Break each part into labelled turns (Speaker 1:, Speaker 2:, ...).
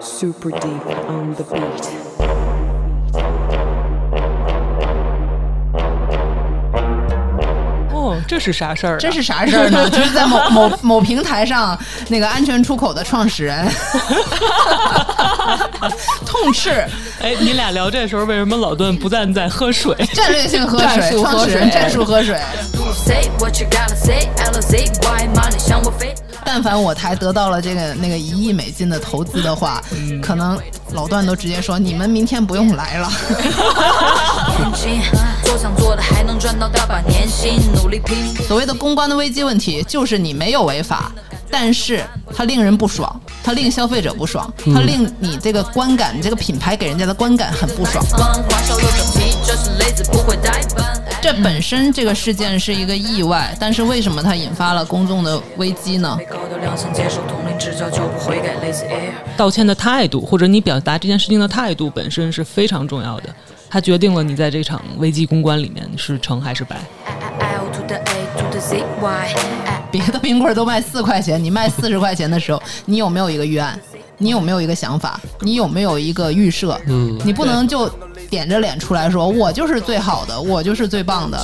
Speaker 1: super deep on the beat.
Speaker 2: 哦，这是啥事儿、啊？
Speaker 3: 这是啥事 儿呢？就是在某某某平台上，那个安全出口的创始人痛斥
Speaker 2: 哎，你俩聊这时候为什么老段不但在喝水？
Speaker 3: 战略性喝
Speaker 2: 战
Speaker 3: 水，
Speaker 2: 术喝
Speaker 3: 创始
Speaker 2: 水
Speaker 3: 人战术喝水。
Speaker 4: Say what you gotta say, LZ, why money 向我飞。
Speaker 3: 但凡我台得到了这个那个一亿美金的投资的话，
Speaker 2: 嗯
Speaker 3: 可能老段都直接说你们明天不用来了。
Speaker 4: 天津，做想做的还能赚到大把年薪，努力拼。
Speaker 3: 所谓的公关的危机问题，就是你没有违法，但是它令人不爽，它令消费者不爽，它
Speaker 2: 嗯
Speaker 3: 令你这个观感，你这个品牌给人家的观感很不爽。
Speaker 4: 光滑笑又整齐，这是雷子不会呆板。
Speaker 3: 这本身这个事件是一个意外，但是为什么它引发了公众的危机呢？
Speaker 4: 被高调亮相接受统领指教，就不悔改。Lazy air。
Speaker 2: 道歉的态度，或者你表达这件事情的态度本身是非常重要的，它决定了你在这场危机公关里面是成还是败。
Speaker 4: L to the A to the Z Y。
Speaker 3: 别的冰棍儿都卖四块钱，你卖四十块钱的时候，你有没有一个预案？你有没有一个想法？你有没有一个预设？嗯，你不能就点着脸出来说我就是最好的，我就是最棒的。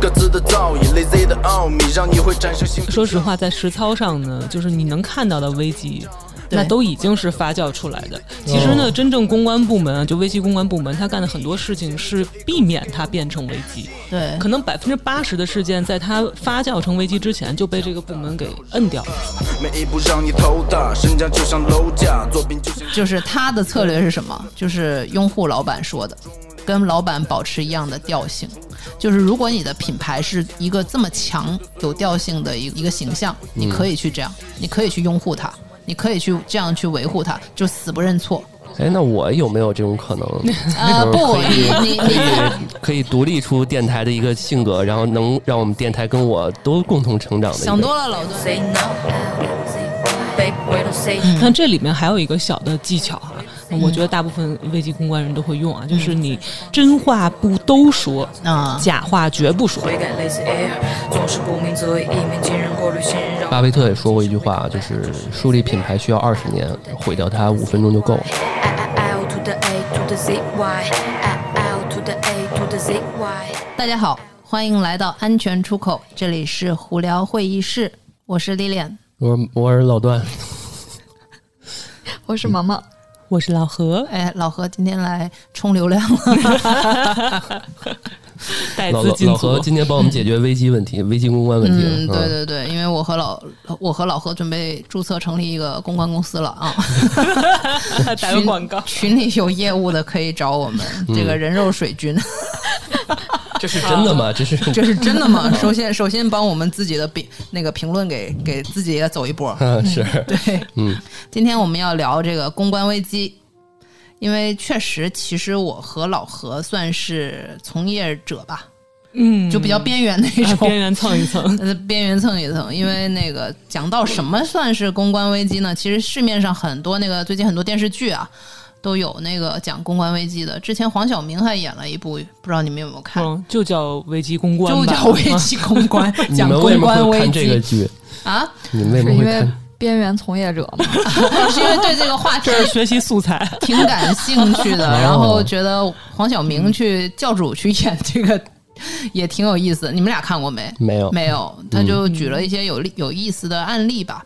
Speaker 5: 各自的造诣，lazy 的奥秘，让你会产生兴奋。
Speaker 2: 说实话，在实操上呢，就是你能看到的危机。
Speaker 3: 对
Speaker 2: 那都已经是发酵出来的。其实呢，真正公关部门啊，就危机公关部门，他干的很多事情是避免它变成危机。
Speaker 3: 对
Speaker 2: 可能百分之八十的事件，在它发酵成危机之前就被这个部门给摁掉了。
Speaker 5: 每一步让你头大，身价就像楼价，作品就像。
Speaker 3: 就是他的策略是什么？ 就是拥护老板说的，跟老板保持一样的调性。就是如果你的品牌是一个这么强有调性的一一个形象，你可以去这样，你可以去拥护它，你可以去这样去维护它，就死不认错。
Speaker 6: 哎，那我有没有这种可能？
Speaker 3: 呃，
Speaker 6: 嗯
Speaker 3: 不，
Speaker 6: 可以
Speaker 3: 你你
Speaker 6: 可以
Speaker 3: 你
Speaker 6: 可以独立出电台的一个性格，然后能让我们电台跟我都共同成长的一个。
Speaker 3: 想多了，老段。
Speaker 4: Say no。Babe, we don't say。
Speaker 3: 嗯
Speaker 2: 那这里面还有一个小的技巧哈、我觉得大部分危机公关人都会用啊，就是你真话不都说，
Speaker 3: 嗯啊
Speaker 2: 假话绝不说。
Speaker 4: 悔改 lazy air，总是不鸣则已，一鸣惊人，过滤新人让。
Speaker 6: 巴菲特也说过一句话，就是树立品牌需要二十年，毁掉它五分钟就够了。
Speaker 4: L to the A to the Z Y。L to the A to the Z Y。
Speaker 3: 大家好，欢迎来到安全出口，这里是胡聊会议室，我是 Lilian。
Speaker 6: 我我是老段，
Speaker 7: 我是毛毛，
Speaker 2: 我是老 何，
Speaker 3: 哎，老何今天来充流量了，
Speaker 2: 带
Speaker 6: 老
Speaker 2: 资
Speaker 6: 老
Speaker 2: 进
Speaker 6: 老
Speaker 2: 组
Speaker 6: 何。今天帮我们解决危机问题、危机公关问 题。
Speaker 3: 嗯，对对对，因为我和老我和老何准备注册成立一个公关公司了啊，
Speaker 2: 打个广告，
Speaker 3: 群里有业务的可以找我们，这个人肉水军，
Speaker 6: 这是真的吗？这是
Speaker 3: 这 是真的吗？首先首先帮我们自己的评那个评论给给自己也走一波，
Speaker 6: 嗯是
Speaker 3: 对，
Speaker 6: 嗯，
Speaker 3: 今天我们要聊这个公关危机，因为确实，其实我和老何算是从业者吧，
Speaker 2: 嗯，
Speaker 3: 就比较边缘那
Speaker 2: 啊
Speaker 3: 种，
Speaker 2: 边缘蹭一 蹭。
Speaker 3: 呃边缘蹭一蹭。因为那个讲到什么算是公关危机呢？其实市面上很多那个最近很多电视剧啊。都有那个讲公关危机的，之前黄晓明还演了一部，不知道你们有没有看？
Speaker 2: 嗯，就叫危机公关吧，啊
Speaker 3: 就叫危机 公关，
Speaker 6: 你
Speaker 3: 讲
Speaker 6: 们为什
Speaker 3: 公
Speaker 6: 么
Speaker 3: 关
Speaker 6: 会
Speaker 3: 危
Speaker 6: 看这个
Speaker 3: 机
Speaker 6: 剧？
Speaker 3: 啊，
Speaker 6: 你们为什
Speaker 7: 是
Speaker 6: 么会
Speaker 7: 因为
Speaker 6: 看？
Speaker 7: 边缘从业者嘛，
Speaker 3: 是因为对这个话题
Speaker 2: 这是学习素材。
Speaker 3: 挺感兴趣 的，
Speaker 6: 哦
Speaker 3: 然后觉得黄晓明去教主去演这个 也挺有意思。你们俩看过没？
Speaker 6: 没有嗯
Speaker 3: 没有，他就举了一些有利有意思的案例吧。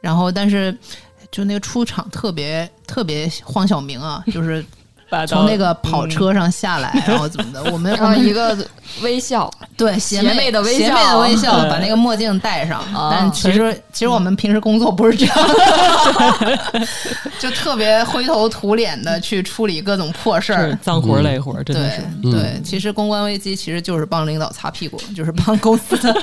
Speaker 3: 然后，但是就那个出场特别特别黄晓明啊，就是
Speaker 2: 霸道
Speaker 3: 从那个跑车上下来，然后怎么的？我 们
Speaker 7: 然后一
Speaker 3: 个
Speaker 7: 个微笑，
Speaker 3: 对邪
Speaker 7: 邪
Speaker 3: 魅
Speaker 7: 魅的微
Speaker 3: 邪
Speaker 7: 笑
Speaker 3: 魅的微笑，
Speaker 2: 对
Speaker 3: 把那个墨镜戴上。
Speaker 7: 啊
Speaker 3: 但其实其实我们平时工作不是这样的， 就特别灰头土脸的去处理各种破事
Speaker 2: 是
Speaker 3: 儿。
Speaker 2: 脏
Speaker 6: 嗯
Speaker 2: 活累活，真的
Speaker 3: 对
Speaker 2: 是。
Speaker 7: 嗯
Speaker 3: 对，其实公关危机其实就是帮领导擦屁股，就是帮公司的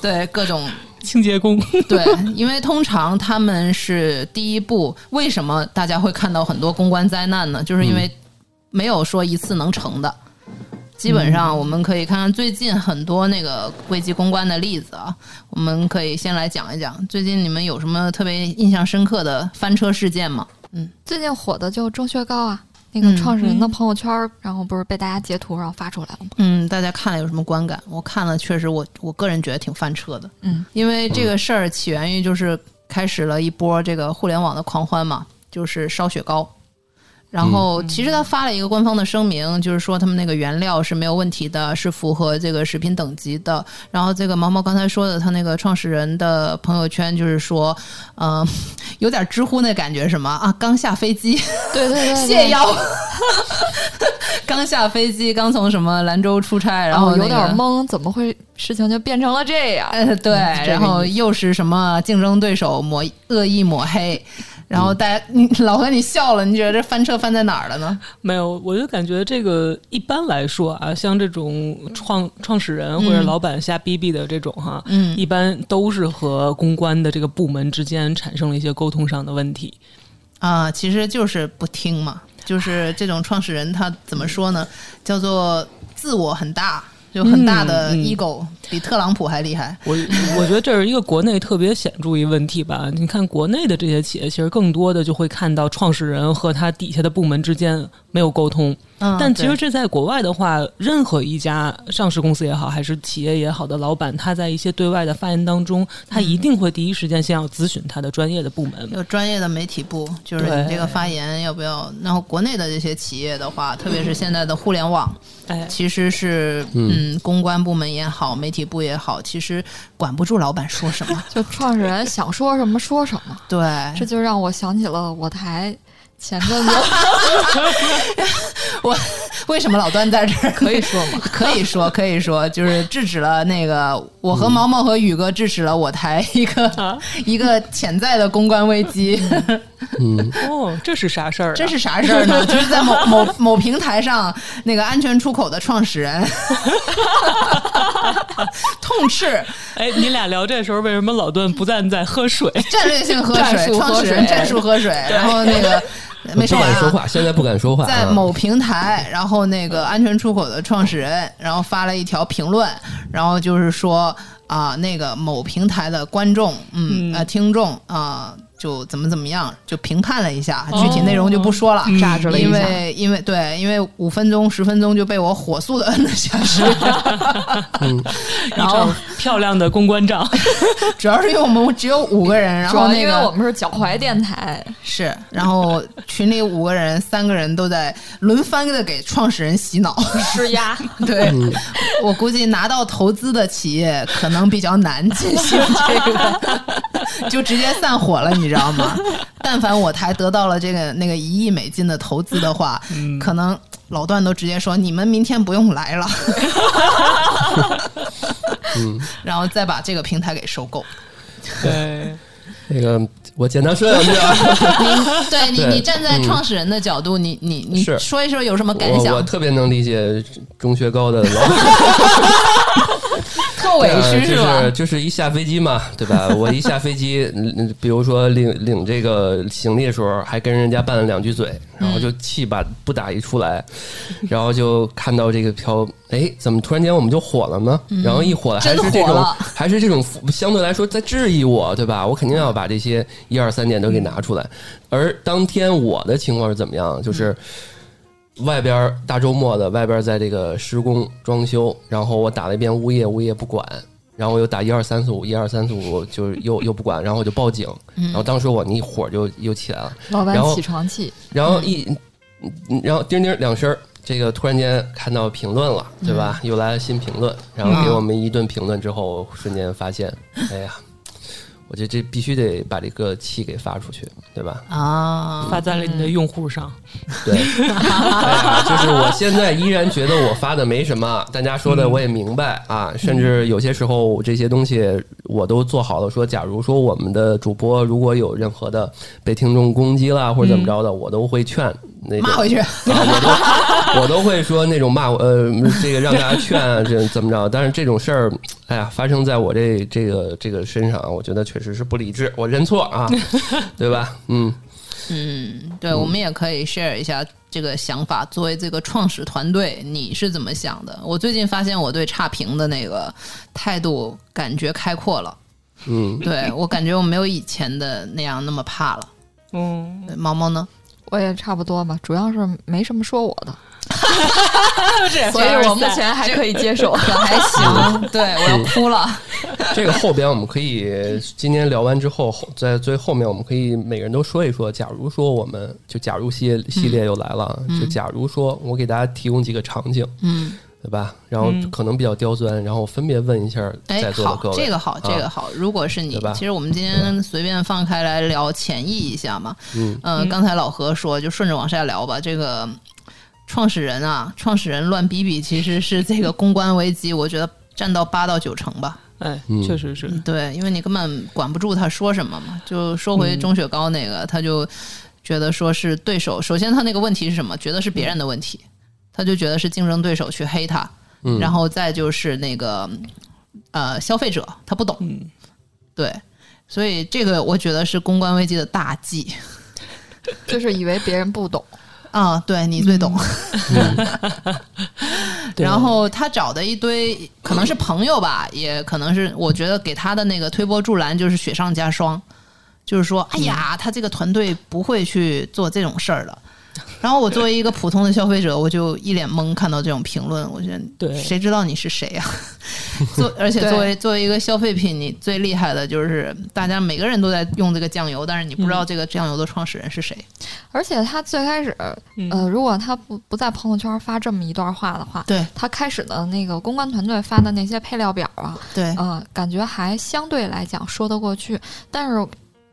Speaker 3: 对各种
Speaker 2: 清洁工。
Speaker 3: 对，因为通常他们是第一步。为什么大家会看到很多公关灾难呢？就是因为没有说一次能成的。基本上我们可以看看最近很多那个危机公关的例子啊，我们可以先来讲一讲。最近你们有什么特别印象深刻的翻车事件吗？
Speaker 7: 最近火的就郑雪糕啊，那个
Speaker 3: 嗯
Speaker 7: 创始人的朋友圈，然后不是被大家截图然后发出来了吗？
Speaker 3: 嗯，大家看了有什么观感？我看了，确实我我个人觉得挺翻车的。
Speaker 7: 嗯，
Speaker 3: 因为这个事儿起源于就是开始了一波这个互联网的狂欢嘛。就是烧雪糕。然后，其实他发了一个官方的声明，就是说他们那个原料是没有问题的，是符合这个食品等级的。然后，这个毛毛刚才说的，他那个创始人的朋友圈就是说，呃， 有点知乎那感觉，什么啊，刚下飞机，
Speaker 7: 对对对对
Speaker 3: 谢邀，刚下飞机，刚从什么兰州出差，然
Speaker 7: 然
Speaker 3: 后、
Speaker 7: 哦后有哎点。懵，怎么会事情就变成了这样？。
Speaker 3: 呃，对，然后又是什么竞争对手抹恶意抹黑，然后大家， 你老何你笑了，你觉得这翻车翻在哪儿了呢？
Speaker 2: 没有，我就感觉这个一般来说啊，像这种创创始人或者老板瞎逼逼的这种哈，
Speaker 3: 嗯
Speaker 2: 一般都是和公关的这个部门之间产生了一些沟通上的问题。
Speaker 3: 啊、其实就是不听嘛，就是这种创始人他怎么说呢？叫做自我很大，就很大的
Speaker 2: 嗯嗯
Speaker 3: ego，、比特朗普还厉害。
Speaker 2: 我我觉得这是一个国内特别显著一问题吧。你看国内的这些企业，其实更多的就会看到创始人和他底下的部门之间没有沟通。
Speaker 3: 嗯，
Speaker 2: 但其实
Speaker 3: 对
Speaker 2: 这在国外的话，任何一家上市公司也好，还是企业也好的老板，他在一些对外的发言当中，他一
Speaker 3: 嗯
Speaker 2: 定会第一时间先要咨询他的专业的部门。
Speaker 3: 有专业的媒体部，就是
Speaker 2: 对
Speaker 3: 你这个发言要不要？然后国内的这些企业的话，特别是现在的互联网，
Speaker 2: 哎，
Speaker 3: 其实是嗯，公关部门也好，媒体部也好，其实管不住老板说什么
Speaker 7: 就创始人想说什么说什么，
Speaker 3: 对，
Speaker 7: 这就让我想起了我台前 阵子
Speaker 3: 我为什么老段在这儿？
Speaker 7: 可以说吗？
Speaker 3: 可以说，可以说，就是制止了那个我和毛毛和宇哥制止了我台一个、
Speaker 7: 啊
Speaker 3: 一个潜在的公关危机。
Speaker 7: 嗯
Speaker 2: 哦，这是啥事儿、啊？
Speaker 3: 这是啥事儿呢？就是在某某某平台上，那个安全出口的创始 人痛斥
Speaker 2: 哎，你俩聊这时候为什么老段不但在喝 水？
Speaker 3: 战略性喝
Speaker 7: 战
Speaker 3: 水，
Speaker 7: 术喝
Speaker 3: 创始人
Speaker 7: 水
Speaker 3: 战术喝水，然后那个没
Speaker 6: 不
Speaker 3: 说完
Speaker 6: 敢
Speaker 3: 啊
Speaker 6: 说。话，现在不敢说话啊。
Speaker 3: 在某平台，然后那个安全出口的创始人，然后发了一条评论，然后就是说啊、那个某平台的观众，嗯啊、呃听众啊、就怎么怎么样，就评判了一下，
Speaker 7: 哦
Speaker 3: 具体内容就不说了，
Speaker 7: 榨嗯汁了一
Speaker 3: 因
Speaker 7: 下
Speaker 3: 为因为对，因为五分钟十分钟就被我火速的摁了下去，
Speaker 2: 一
Speaker 3: 然后
Speaker 2: 张漂亮的公关 照，
Speaker 3: 主要是因为我们只有五个人，然
Speaker 7: 主
Speaker 3: 后
Speaker 7: 要
Speaker 3: 那
Speaker 7: 因为
Speaker 3: 个
Speaker 7: 我们是脚踝电台，
Speaker 3: 是，然后群里五个人，三个人都在轮番的给创始人洗脑。
Speaker 7: 施压，
Speaker 3: 对，我估计拿到投资的企业可能比较难进行这个，就直接散伙了，你知道吗？但凡我台得到了这个那个一亿美金的投资的话，
Speaker 7: 嗯
Speaker 3: 可能老段都直接说你们明天不用来了， 然后再把这个平台给收购。
Speaker 2: 对，
Speaker 6: 那个，我简单说两句 啊。
Speaker 3: 你对你，
Speaker 6: 对嗯
Speaker 3: 你站在创始人的角度，你你你
Speaker 6: 是
Speaker 3: 说一说有什么感
Speaker 6: 我我
Speaker 3: 想？
Speaker 6: 特别能理解中学高的老板。
Speaker 3: 特委屈
Speaker 6: 对
Speaker 3: 是
Speaker 6: 啊
Speaker 3: 吧
Speaker 6: 就是？就是一下飞机嘛，对吧？ 我一下飞机，嗯比如说领领这个行李的时候，还跟人家拌了两句嘴，然后就
Speaker 3: 嗯
Speaker 6: 气把不打一出来，然后就看到这个飘，哎，怎么突然间我们就火了呢？然后一火了，还
Speaker 3: 嗯真
Speaker 6: 是这
Speaker 3: 火
Speaker 6: 种
Speaker 3: 了，
Speaker 6: 还是这种相对来说在质疑我，对吧？我肯定要把这些一二三点都给拿出来。而当天我的情况是怎么样？就是。
Speaker 3: 嗯
Speaker 6: 外边儿大周末的，外边儿在这个施工装修，然后我打了一遍物业，物业不管，然后我又打一二三四五，一二三四五就是又又不管，然后我就报警，然后当时我那一火就又起来了，
Speaker 7: 嗯老板
Speaker 6: 然后
Speaker 7: 起床气，
Speaker 6: 然后一，嗯然后叮叮两声儿，这个突然间看到评论了，对吧？
Speaker 7: 嗯
Speaker 6: 又来了新评论，然后给我们一顿评论之后，瞬间发现，哎呀，我这这必须得把这个气给发出去，对吧？
Speaker 3: 啊，
Speaker 2: 发在了你的用户上。
Speaker 6: 对，哎呀，就是我现在依然觉得我发的没什么，大家说的我也明白啊，
Speaker 3: 嗯
Speaker 6: 甚至有些时候这些东西我都做好了。说，假如说我们的主播如果有任何的被听众攻击啦，或者怎么着的，我都会劝那 种
Speaker 3: 骂回去。
Speaker 6: 啊，我都 我都会说那种骂我呃，这个让大家劝啊，这怎么着？但是这种事儿，哎呀，发生在我这这个这个身上，我觉得确实是不理智，我认错 啊，对吧？嗯，
Speaker 3: 嗯， 对，我们也可以 share 一下这个想法。作为这个创始团队，你是怎么想的？我最近发现我对差评的那个态度感觉开阔了。
Speaker 6: 嗯，
Speaker 3: 对我感觉我没有以前的那样那么怕了。
Speaker 2: 嗯，
Speaker 3: 对毛毛呢？
Speaker 7: 我也差不多吧，主要是没什么说我的，所以哎我目前还可以接受。
Speaker 3: 可还 行， 对我要哭了。
Speaker 6: 这个后边我们可以今天聊完之后，后在最后面我们可以每个人都说一说。假如说我们就假如系
Speaker 3: 嗯
Speaker 6: 系列又来了，就假如说我给大家提供几个场景，
Speaker 3: 嗯，
Speaker 6: 对吧？然后可能比较刁钻，然后分别问一下
Speaker 3: 哎
Speaker 6: 在，座的
Speaker 3: 好
Speaker 6: 各，位。
Speaker 3: 这个好，这个
Speaker 6: 啊
Speaker 3: 好。如果是你
Speaker 6: 对吧，
Speaker 3: 其实我们今天随便放开来聊潜意一下嘛。
Speaker 6: 嗯
Speaker 3: 呃，刚才老何说，就顺着往下聊吧。这个创始人啊，创始人乱逼逼，其实是这个公关危机，我觉得占到八到九成吧。
Speaker 2: 哎
Speaker 6: 嗯，
Speaker 2: 确实是，
Speaker 3: 对，因为你根本管不住他说什么嘛。就说回钟雪糕那个，他就觉得说是对手。首先，他那个问题是什么？觉得是别人的问题，他就觉得是竞争对手去黑他。
Speaker 6: 嗯
Speaker 3: 然后再就是那个呃消费者他不懂，
Speaker 2: 嗯
Speaker 3: 对，所以这个我觉得是公关危机的大忌
Speaker 7: 就是以为别人不懂，
Speaker 3: 啊，对你最懂。
Speaker 2: 嗯 对
Speaker 3: 然后他找的一堆可能是朋友吧，也可能是我觉得给他的那个推波助澜就是雪上加霜，就是说，哎
Speaker 2: 嗯
Speaker 3: 呀，他这个团队不会去做这种事儿的。然后我作为一个普通的消费者，我就一脸懵，看到这种评论，我觉得
Speaker 2: 对
Speaker 3: 谁知道你是谁呀、 做而且
Speaker 7: 对
Speaker 3: 作为作为一个消费品，你最厉害的就是大家每个人都在用这个酱油，但是你不知
Speaker 2: 嗯
Speaker 3: 道这个酱油的创始人是谁。
Speaker 7: 而且他最开始，呃，如果他不不在朋友圈发这么一段话的话，
Speaker 3: 对
Speaker 7: 他开始的那个公关团队发的那些配料表啊，
Speaker 3: 对
Speaker 7: 嗯、感觉还相对来讲说得过去，但是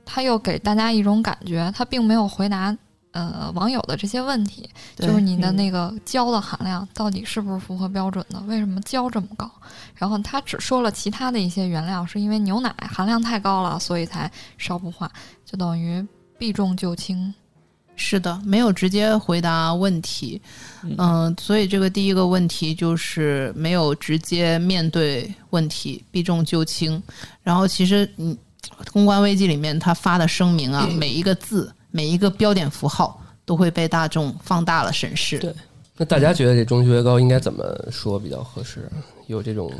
Speaker 7: 他又给大家一种感觉，他并没有回答呃网友的这些问题，
Speaker 3: 对
Speaker 7: 就是你的那个胶的含量到底是不是符合标准的？为什么胶这么高？然后他只说了其他的一些原料，是因为牛奶含量太高了，所以才烧不化，就等于避重就轻。
Speaker 3: 是的，没有直接回答问题。嗯、所以这个第一个问题就是没有直接面对问题，避重就轻。然后其实你公关危机里面他发的声明啊，每一个字、每一个标点符号都会被大众放大了审视。
Speaker 2: 对
Speaker 6: 那大家觉得这中学高应该怎么说比较合适？有这种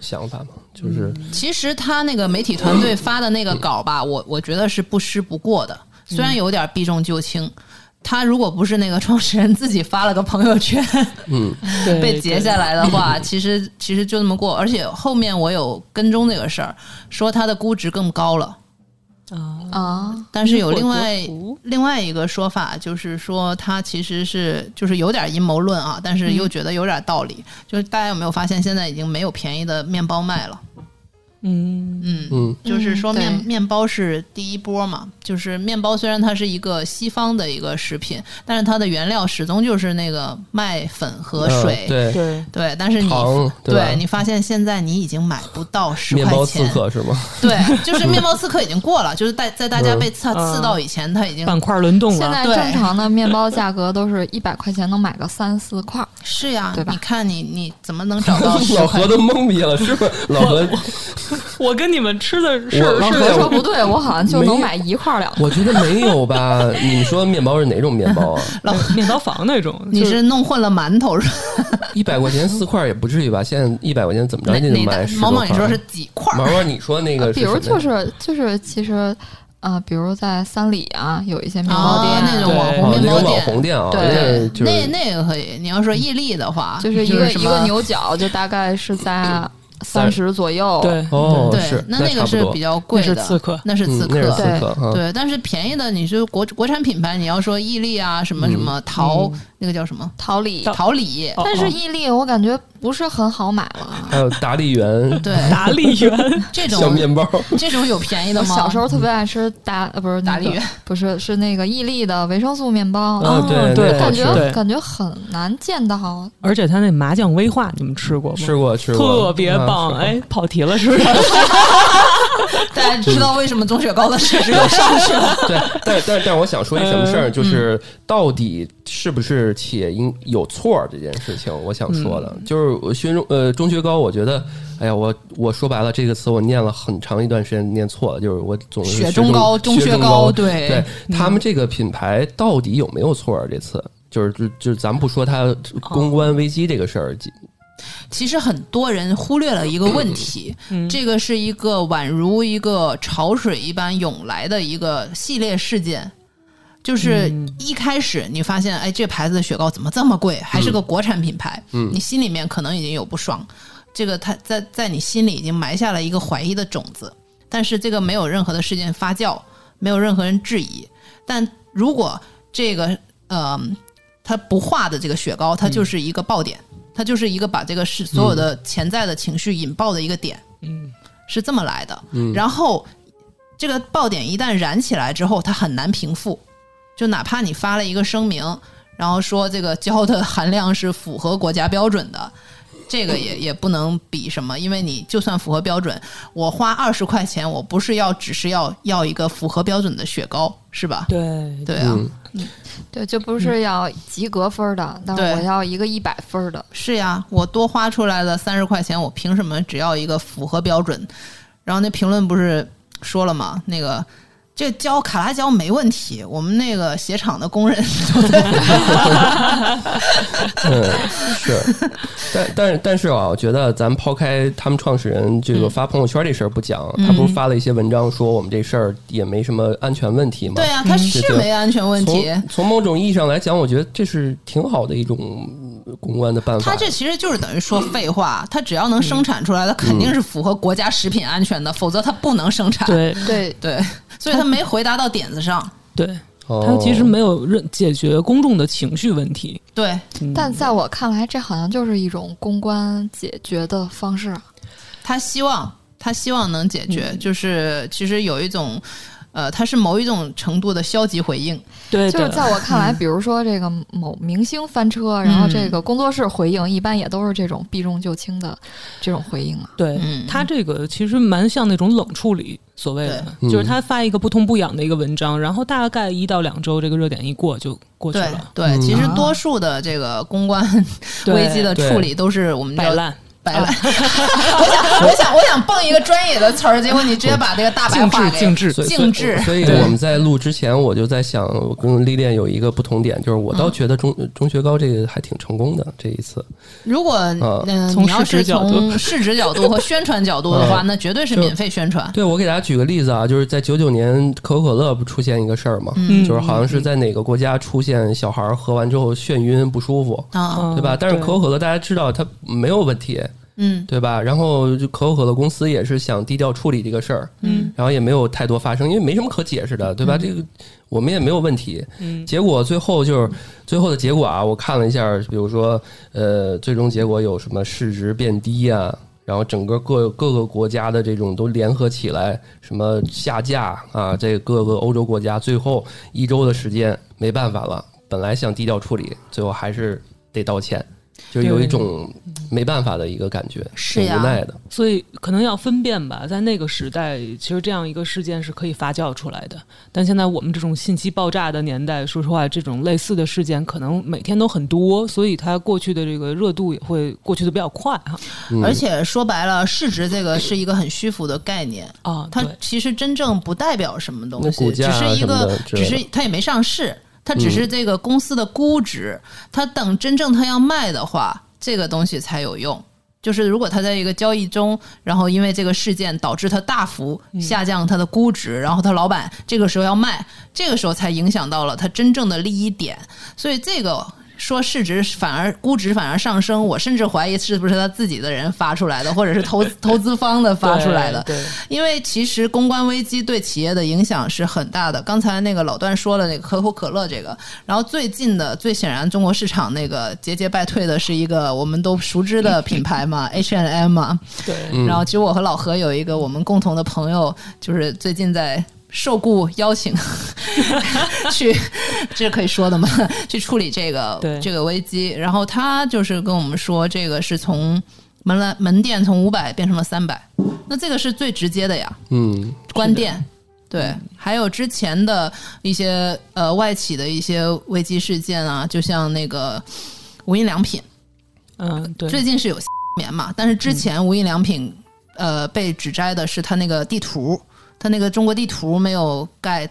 Speaker 6: 想法吗？就是
Speaker 3: 其实他那个媒体团队发的那个稿吧，我我觉得是不失不过的，虽然有点避重就轻。他如果不是那个创始人自己发了个朋友圈，
Speaker 2: 对
Speaker 3: 被截下
Speaker 2: 来，
Speaker 3: 来的话，其实其实就那么过。而且后面我有跟踪这个事儿，说它的估值更高了。
Speaker 7: 啊，
Speaker 3: 但是有
Speaker 2: 因祸
Speaker 3: 另外
Speaker 2: 得福
Speaker 3: 另外一个说法，就是说它其实是就是有点阴谋论啊，但是
Speaker 2: 嗯
Speaker 3: 又觉得有点道理。就是大家有没有发现，现在已经没有便宜的面包卖了？
Speaker 2: 嗯，
Speaker 3: 嗯，
Speaker 6: 嗯
Speaker 3: 就是说面、
Speaker 7: 对
Speaker 3: 面包是第一波嘛，就是面包虽然它是一个西方的一个食品，但是它的原料始终就是那个麦粉和
Speaker 6: 呃
Speaker 3: 水。
Speaker 6: 对
Speaker 2: 嗯对，
Speaker 3: 对，但是你
Speaker 6: 糖对吧
Speaker 3: 你发现现在你已经买不到十
Speaker 6: 面
Speaker 3: 块
Speaker 6: 包刺
Speaker 3: 钱，
Speaker 6: 客是吗？
Speaker 3: 对，就是面包刺客已经过了， 就是在在大家
Speaker 6: 嗯
Speaker 3: 被刺刺到以前，他已经
Speaker 2: 板块轮动
Speaker 7: 现
Speaker 2: 了，
Speaker 7: 在
Speaker 3: 对
Speaker 7: 正常的面包价格都是一百块钱能买个三四块儿，
Speaker 3: 是呀
Speaker 7: 对，吧
Speaker 3: 你看你你怎么能找 到十
Speaker 6: 老
Speaker 3: 块
Speaker 6: 何？都懵逼了，是不是？老何，
Speaker 2: 我跟你们吃的是
Speaker 6: 我
Speaker 7: 老
Speaker 6: 是
Speaker 7: 何
Speaker 6: 的
Speaker 7: 说
Speaker 6: 我
Speaker 7: 不对，我好像就
Speaker 6: 没
Speaker 7: 能买一块儿两块儿。
Speaker 6: 我觉得没有 吧？你说面包是哪种面包啊？
Speaker 3: 老
Speaker 2: 面包房那种，
Speaker 3: 你
Speaker 2: 就是
Speaker 3: 弄混了馒头是吧？
Speaker 6: 一百 块钱四块也不至于吧？现在一百块钱怎么着
Speaker 3: 哪
Speaker 6: 也得
Speaker 3: 哪
Speaker 6: 买
Speaker 3: 的
Speaker 6: 十
Speaker 3: 毛
Speaker 6: 多
Speaker 3: 毛
Speaker 6: 块
Speaker 3: 你说是啊几块
Speaker 6: 毛
Speaker 3: 儿？
Speaker 6: 毛，你说那个
Speaker 7: 比如
Speaker 6: 什么
Speaker 7: 就
Speaker 6: 呀
Speaker 7: 是就是其实。呃，比如在三里啊，有一些面包店、
Speaker 3: 啊那种网
Speaker 6: 哦
Speaker 3: 红，面
Speaker 6: 那
Speaker 3: 包
Speaker 6: 种网
Speaker 3: 店，
Speaker 6: 红店啊，
Speaker 7: 对
Speaker 6: 那就是
Speaker 3: 那那个可以。你要说伊利的话，
Speaker 7: 就是一个一个牛角，就大概是在三十左右。
Speaker 2: 对，
Speaker 6: 哦
Speaker 3: 对
Speaker 6: 是，
Speaker 3: 那那
Speaker 6: 差
Speaker 3: 个
Speaker 6: 不
Speaker 3: 是
Speaker 6: 多
Speaker 3: 比较贵
Speaker 2: 那
Speaker 3: 的，
Speaker 2: 是刺客
Speaker 3: 那是
Speaker 6: 嗯
Speaker 3: 刺
Speaker 6: 那是
Speaker 3: 客，
Speaker 6: 刺客啊，
Speaker 3: 对，但是便宜的，你就国国产品牌，你要说伊利啊，什么什
Speaker 6: 嗯
Speaker 3: 么桃，
Speaker 7: 嗯
Speaker 3: 那个叫什么
Speaker 7: 桃李。
Speaker 3: 桃李，
Speaker 2: 哦
Speaker 7: 但是伊利我感觉不是很好买了。
Speaker 6: 还有达利园
Speaker 3: 对，
Speaker 2: 达利园，
Speaker 3: 这
Speaker 6: 小
Speaker 3: 种
Speaker 6: 面包，
Speaker 3: 这种有便宜的
Speaker 7: 我
Speaker 3: 吗？
Speaker 7: 小时候特别爱吃达，呃，不是
Speaker 3: 达
Speaker 7: 那个
Speaker 3: 利园，
Speaker 7: 不是是那个伊利的维生素面包，
Speaker 6: 啊对
Speaker 2: 对
Speaker 6: 那个好
Speaker 7: 感
Speaker 6: 吃
Speaker 7: 觉
Speaker 2: 对
Speaker 7: 感觉很难见到。
Speaker 2: 而且他那麻酱威化，你们吃过吗？
Speaker 6: 吃过吃过，
Speaker 2: 特别
Speaker 6: 啊
Speaker 2: 棒，，
Speaker 6: 吃
Speaker 2: 哎，跑题了是不是？
Speaker 3: 大家知
Speaker 6: 嗯
Speaker 3: 道为什么钟雪糕的市值又上去了？
Speaker 6: 过对，但但但我想说一什么事
Speaker 3: 嗯
Speaker 6: 儿，就是到底是不是企业应有错儿这件事情，我想说
Speaker 3: 嗯
Speaker 6: 的就是我学中呃中学高，我觉得。哎呀，我我说白了这个词，我念了很长一段时间，念错了，就是我总是
Speaker 3: 雪
Speaker 6: 学
Speaker 3: 中高中
Speaker 6: 中
Speaker 3: 学
Speaker 6: 学
Speaker 3: 高对嗯
Speaker 6: 对他们这个品牌到底有没有错儿？这次就是就就是咱们不说它公关危机这个事儿，
Speaker 3: 其实很多人忽略了一个问题，这个是一个宛如一个潮水一般涌来的一个系列事件。就是一开始你发现，哎，这牌子的雪糕怎么这么贵，还是个国产品牌，
Speaker 6: 嗯
Speaker 3: 你心里面可能已经有不爽，这个它在在你心里已经埋下了一个怀疑的种子，但是这个没有任何的事件发酵，没有任何人质疑。但如果这个呃，它不化的这个雪糕，它就是一个爆点，它就是一个把这个是所有的潜在的情绪引爆的一个点，
Speaker 2: 嗯，
Speaker 3: 是这么来的。然后这个爆点一旦燃起来之后，它很难平复。就哪怕你发了一个声明，然后说这个胶的含量是符合国家标准的，这个也也不能比什么，因为你就算符合标准，我花二十块钱，我不是要只是要要一个符合标准的雪糕，是 吧？
Speaker 2: 对，
Speaker 3: 对啊，
Speaker 6: 嗯
Speaker 7: 对，就不是要及格分儿的，但是
Speaker 3: 对
Speaker 7: 我要一个一百分儿的。
Speaker 3: 是呀，我多花出来了三十块钱，我凭什么只要一个符合标准？然后那评论不是说了吗？那个这胶卡拉胶没问题，我们那个鞋厂的工人 都
Speaker 6: 嗯， 是，但但是但是啊，我觉得咱抛开他们创始人这
Speaker 3: 嗯
Speaker 6: 个发朋友圈这事儿不讲，他不是发了一些文章说我们这事儿也没什么安全问题吗？
Speaker 3: 对啊，他是没安全问题。
Speaker 6: 嗯从从某种意义上来讲，我觉得这是挺好的一种嗯公关的办法。
Speaker 3: 他这其实就是等于说废话，他只要能生产出来，他肯定是符合国家食品安全的，否则他不能生产。
Speaker 2: 对
Speaker 7: 对，
Speaker 3: 对，所以他没回答到点子上。
Speaker 2: 对，
Speaker 6: 哦
Speaker 2: 他其实没有任解决公众的情绪问题。
Speaker 3: 对
Speaker 7: 但在我看来，这好像就是一种公关解决的方式。啊
Speaker 3: 他希望，他希望能解决，
Speaker 2: 嗯
Speaker 3: 就是其实有一种，呃，它是某一种程度的消极回应。
Speaker 2: 对
Speaker 7: 就是
Speaker 2: 的，
Speaker 7: 在我看来，比如说这个某明星翻车，然后这个工作室回应，一般也都是这种避重就轻的这种回应啊。
Speaker 2: 对
Speaker 3: 嗯
Speaker 2: 他这个其实蛮像那种冷处理，所谓的
Speaker 6: 对
Speaker 2: 就是他发一个不痛不痒的一个文章，然后大概一到两周，这个热点一过就过去
Speaker 3: 对
Speaker 2: 了，
Speaker 3: 对，嗯其实多数的这个公关
Speaker 2: 啊对
Speaker 3: 危机的处理都是我们
Speaker 2: 摆
Speaker 3: 叫
Speaker 2: 烂。啊
Speaker 3: 摆烂。 我想，我想，我想蹦一个专业的词儿，结果你直接把这个大白话
Speaker 2: 嗯
Speaker 3: 给
Speaker 2: 静置
Speaker 6: 所以
Speaker 3: 静置。
Speaker 6: 所以所以我们在录之前，我就在想，我跟历练有一个不同点，就是我
Speaker 3: 嗯
Speaker 6: 倒觉得中、中学高这个还挺成功的这一次，
Speaker 3: 如果
Speaker 6: 呃
Speaker 3: 嗯，
Speaker 2: 啊从
Speaker 3: 你要
Speaker 2: 市值
Speaker 3: 是
Speaker 2: 角度
Speaker 3: 从市值角度和宣传角度的话，
Speaker 6: 嗯
Speaker 3: 那绝对是
Speaker 6: 就
Speaker 3: 免费 宣传。
Speaker 6: 对我给大家举个例子啊，就是在九九年可口可乐不出现一个事儿嘛，
Speaker 2: 嗯
Speaker 6: 就是好像是在哪个国家出现小孩儿喝完之后眩晕不舒服，
Speaker 3: 啊，
Speaker 2: 嗯
Speaker 6: 对吧？但是可口可乐大家知道它没有问题，
Speaker 3: 嗯
Speaker 6: 对吧？然后就可口可乐公司也是想低调处理这个事儿，
Speaker 2: 嗯，
Speaker 6: 然后也没有太多发生，因为没什么可解释的，对吧？这个我们也没有问题，
Speaker 2: 嗯
Speaker 6: 结果最后就是最后的结果啊，我看了一下，比如说呃，最终结果有什么市值变低啊，然后整个各各个国家的这种都联合起来，什么下架啊，这各个欧洲国家最后一周的时间没办法了，本来想低调处理，最后还是得道歉。就有一种没办法的一个感觉，
Speaker 3: 是
Speaker 6: 挺
Speaker 3: 呀
Speaker 6: 无奈的。
Speaker 2: 所以可能要分辨吧，在那个时代，其实这样一个事件是可以发酵出来的。但现在我们这种信息爆炸的年代，说实话，这种类似的事件可能每天都很多，所以它过去的这个热度也会过去的比较快哈。
Speaker 3: 而且说白了，市值这个是一个很虚浮的概念，
Speaker 2: 啊，
Speaker 3: 哦它
Speaker 2: 对
Speaker 3: 其实真正不代表什么东
Speaker 6: 那
Speaker 3: 西，
Speaker 6: 股价
Speaker 3: 只
Speaker 6: 啊
Speaker 3: 是一
Speaker 6: 什么
Speaker 3: 个
Speaker 6: 的，
Speaker 3: 只
Speaker 6: 之类的嗯
Speaker 3: 是它也没上市，它只是这个公司的估值。它等真正它要卖的话，这个东西才有用。就是如果它在一个交易中，然后因为这个事件导致它大幅
Speaker 6: 嗯
Speaker 3: 下降它的估值，然后它老板这个时候要卖，这个时候才影响到了它真正的利益点。所以这个说市值反而估值反而上升，我甚至怀疑是不是他自己的人发出来的，或者是投 投资方的发出来的。
Speaker 2: 对，对嗯
Speaker 3: 因为其实公关危机对企业的影响是很大的。刚才那个老段说了那个可口可乐这个，然后最近的最显然中国市场那个节节败退的是一个我们都熟知的品牌嘛，H&M 嘛。
Speaker 2: 对
Speaker 3: 然后其实我和老何有一个我们共同的朋友，就是最近在。受雇邀请 去，这是可以说的吗？ 去处理这个
Speaker 2: 对
Speaker 3: 这个危机。然后他就是跟我们说，这个是从门来门店从五百变成了三百，那这个是最直接的呀。
Speaker 6: 嗯，
Speaker 3: 关店，对，还有之前的一些呃外企的一些危机事件啊，就像那个无印良品，呃
Speaker 2: 嗯，对，
Speaker 3: 最近是有棉嘛，但是之前无印良品、呃被指摘的是它那个地图，它那个中国地图没有盖，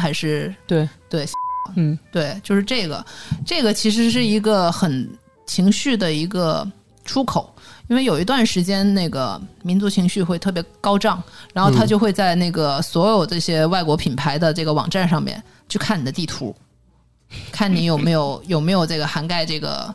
Speaker 3: 还是
Speaker 2: 对
Speaker 3: 对
Speaker 2: 嗯，
Speaker 3: 对，就是这个，这个其实是一个很情绪的一个出口，因为有一段时间那个民族情绪会特别高涨，然后他就会在那个所有这些外国品牌的这个网站上面去看你的地图，看你有没有有没有这个涵盖这个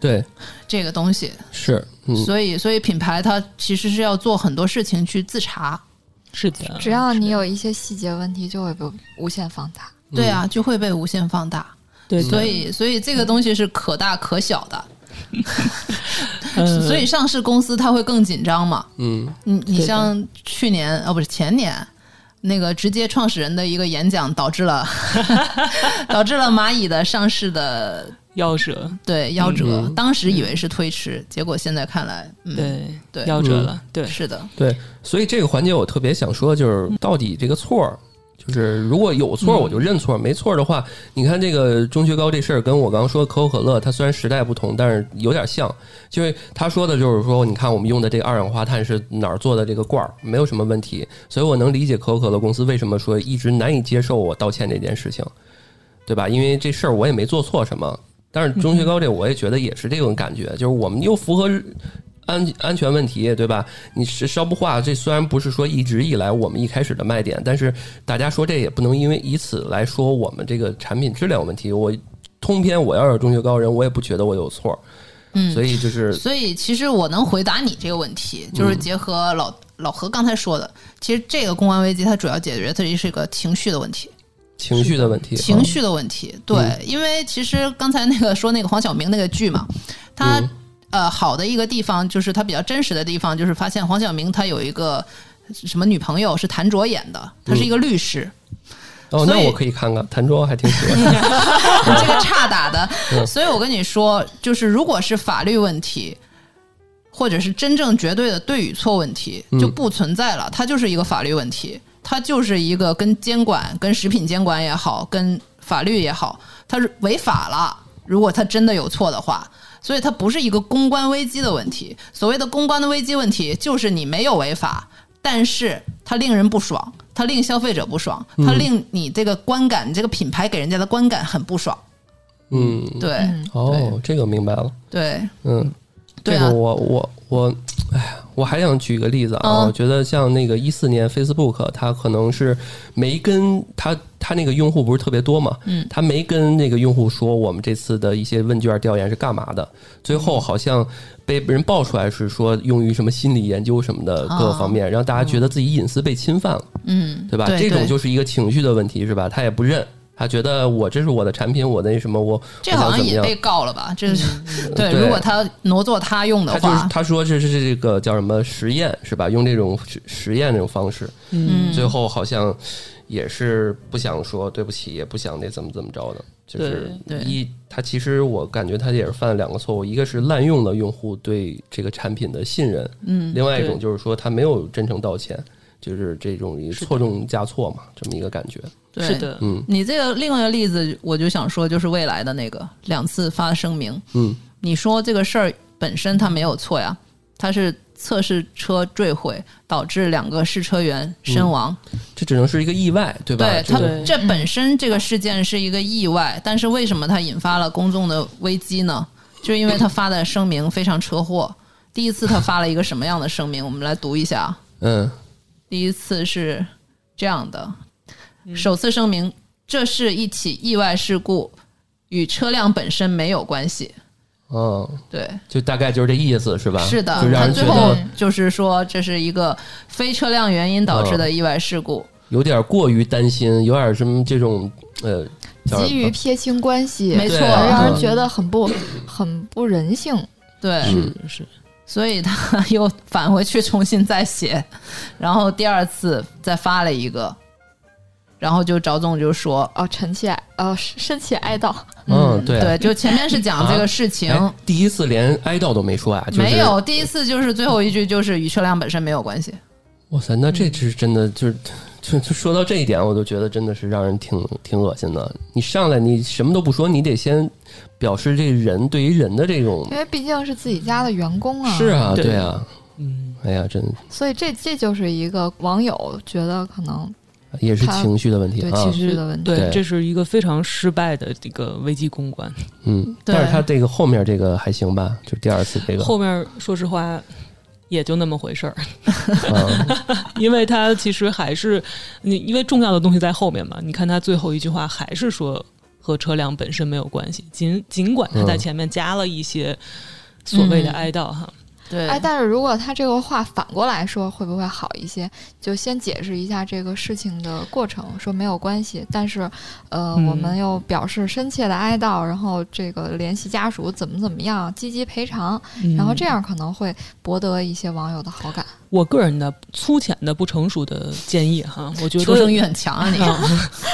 Speaker 6: 对，
Speaker 3: 这个东西。
Speaker 6: 是，嗯，
Speaker 3: 所以，所以品牌它其实是要做很多事情去自查，
Speaker 2: 嗯是的，
Speaker 7: 只要你有一些细节问题，就会被无限放大。
Speaker 3: 对啊，就会被无限放大。
Speaker 2: 对，
Speaker 3: 所以，所以这个东西是可大可小的。
Speaker 2: 嗯
Speaker 3: 所以上市公司它会更紧张嘛？
Speaker 6: 嗯，
Speaker 3: 你你
Speaker 2: 对的
Speaker 3: 像去年哦，不是前年，那个直接创始人的一个演讲，导 致了 导致了蚂蚁的上市的
Speaker 2: 夭折，
Speaker 3: 对夭折。
Speaker 6: 嗯
Speaker 3: 当时以为是推迟，结果现在看来，嗯，
Speaker 2: 嗯对
Speaker 3: 对
Speaker 2: 夭
Speaker 6: 嗯
Speaker 2: 折了，对，
Speaker 3: 是的，
Speaker 6: 对，所以这个环节我特别想说，就是到底这个错儿，就是如果有错儿我就认错儿，没错儿的话，你看这个钟薛高这事儿跟我刚刚说的可口可乐，它虽然时代不同，但是有点像，就是他说的就是说，你看我们用的这个二氧化碳是哪儿做的这个罐儿，没有什么问题，所以我能理解可口可乐公司为什么说一直难以接受我道歉这件事情，对吧？因为这事儿我也没做错什么。但是
Speaker 3: 嗯
Speaker 6: 钟薛高这我也觉得也是这种感觉，就是我们又符合安安全问题，对吧？你是烧不化，这虽然不是说一直以来我们一开始的卖点，但是大家说这也不能因为以此来说我们这个产品质量有问题。我通篇我要是中学高人，我也不觉得我有错。
Speaker 3: 嗯
Speaker 6: 所以就是
Speaker 3: 所以其实我能回答你这个问题，
Speaker 2: 嗯
Speaker 3: 就是结合老、老何刚才说的，其实这个公安危机它主要解决的是一个情绪的问题，
Speaker 6: 情绪的问题，啊
Speaker 3: 情绪的问题。对，因为其实刚才那个说那个黄晓明那个剧嘛，他、
Speaker 6: 嗯
Speaker 3: 呃好的一个地方就是他比较真实的地方，就是发现黄晓明他有一个什么女朋友是谭卓演的，她是一个律师。
Speaker 6: 哦，
Speaker 3: 所以
Speaker 6: 那我可以看看谭卓还挺喜 欢。
Speaker 3: 这个差打的。所以我跟你说，就是如果是法律问题，或者是真正绝对的对与错问题，就不存在了，它就是一个法律问题，它就是一个跟监管、跟食品监管也好，跟法律也好，它是违法了。如果它真的有错的话。所以它不是一个公关危机的问题。所谓的公关的危机问题，就是你没有违法，但是它令人不爽，它令消费者不爽，它令你这个观感，你这个品牌给人家的观感很不爽。
Speaker 6: 嗯，
Speaker 3: 对、
Speaker 6: 哦，这个明白了。
Speaker 3: 对
Speaker 6: 嗯，
Speaker 3: 对
Speaker 6: 这
Speaker 3: 啊
Speaker 6: 个我我我，哎，我还想举个例子啊，
Speaker 3: 嗯
Speaker 6: 我觉得像那个一四年 Facebook，它可能是没跟它它那个用户不是特别多嘛，嗯，它没跟那个用户说我们这次的一些问卷调研是干嘛的，最后
Speaker 3: 嗯
Speaker 6: 好像被人爆出来是说用于什么心理研究什么的
Speaker 3: 哦
Speaker 6: 各个方面，让大家觉得自己隐私被侵犯了，嗯，对吧？
Speaker 3: 嗯对
Speaker 6: 这种
Speaker 3: 对
Speaker 6: 就是一个情绪的问题，是吧？他也不认。他觉得我这是我的产品，我那什么，我
Speaker 3: 这
Speaker 6: 我想
Speaker 3: 好像
Speaker 6: 怎么
Speaker 3: 也
Speaker 6: 样
Speaker 3: 被告了吧？这是、 对，
Speaker 6: 对
Speaker 3: 如果他挪作他用的
Speaker 6: 他就是
Speaker 3: 话，
Speaker 6: 他说这是这个叫什么实验是吧？用这种实实验这种方式，嗯，最后好像也是不想说对不起，也不想那怎么怎么着的，就是
Speaker 3: 对对
Speaker 6: 一他其实我感觉他也是犯了两个错误，一个是滥用了用户对这个产品的信任，嗯，另外一种就是说他没有真诚道歉，就是这种一错综加错嘛，这么一个感觉，
Speaker 3: 对
Speaker 2: 是。的，
Speaker 6: 嗯
Speaker 3: 你这个另外一个例子，我就想说，就是未来的那个两次发声明，
Speaker 6: 嗯，
Speaker 3: 你说这个事儿本身它没有错呀，它是测试车坠毁导致两个试车员身亡，
Speaker 6: 这只能是一个意外，嗯对吧？
Speaker 3: 对
Speaker 6: 这
Speaker 3: 它
Speaker 6: 个
Speaker 2: 对
Speaker 3: 这本身这个事件是一个意外，但是为什么它引发了公众的危机呢？就因为他发的声明非常车祸。第一次他发了一个什么样的声明？我们来读一下啊。
Speaker 6: 嗯
Speaker 3: 第一次是这样的，
Speaker 7: 嗯
Speaker 3: 首次声明，这是一起意外事故，与车辆本身没有关系。
Speaker 6: 嗯，
Speaker 3: 对，
Speaker 6: 就大概就是这意思是吧？
Speaker 3: 是的
Speaker 6: 啊就，让
Speaker 3: 他
Speaker 6: 人觉
Speaker 3: 最后
Speaker 6: 得
Speaker 3: 就是说这是一个非车辆原因导致
Speaker 6: 哦
Speaker 3: 的意外事故。
Speaker 6: 有点过于担心，有点什么这种呃，叫什么
Speaker 7: 急于撇清关系，
Speaker 3: 没错嗯
Speaker 6: 对啊
Speaker 7: 让人觉得很不很不人性。
Speaker 3: 对，
Speaker 2: 是是，
Speaker 3: 所以他又返回去重新再写， 然后第二次再发了一个，然后就着重就说，
Speaker 7: 哦，臣妾呃深切哀悼，
Speaker 6: 嗯，对
Speaker 3: 对，就前面是讲这个事情，
Speaker 6: 哎，第一次连哀悼都没说啊，就是、
Speaker 3: 没。有第一次就是最后一句就是与车辆本身没有关系。
Speaker 6: 哇塞，那这是真的，就是就就说到这一点，我都觉得真的是让人挺挺恶心的。你上来你什么都不说，你得先表示这人对于人的这种
Speaker 7: 因为毕竟是自己家的员工啊。
Speaker 6: 是啊，
Speaker 2: 对
Speaker 6: 对啊，
Speaker 2: 嗯，
Speaker 6: 哎呀，真的
Speaker 7: 所以这这就是一个网友觉得可能
Speaker 6: 也是
Speaker 7: 他
Speaker 6: 情绪的问题
Speaker 7: 对
Speaker 6: 啊
Speaker 7: 情。绪的问题。
Speaker 2: 对
Speaker 6: 对，
Speaker 2: 这是一个非常失败的一个危机公关。
Speaker 6: 嗯，
Speaker 3: 对
Speaker 6: 但是他这个后面这个还行吧，就第二次这个，
Speaker 2: 后面说实话。也就那么回事儿，
Speaker 6: 嗯
Speaker 2: 因为他其实还是你，因为重要的东西在后面嘛。你看他最后一句话还是说和和车辆本身没有关系，尽尽管他在前面加了一些所谓的哀悼哈。
Speaker 6: 嗯
Speaker 3: 对，
Speaker 7: 哎，但是如果他这个话反过来说，会不会好一些？就先解释一下这个事情的过程，说没有关系，但是，呃，
Speaker 2: 嗯
Speaker 7: 我们又表示深切的哀悼，然后这个联系家属怎么怎么样，积极赔偿，
Speaker 2: 嗯
Speaker 7: 然后这样可能会博得一些网友的好感。
Speaker 2: 我个人的粗浅的不成熟的建议哈，我觉
Speaker 3: 求生
Speaker 2: 得，
Speaker 3: 欲很强啊，你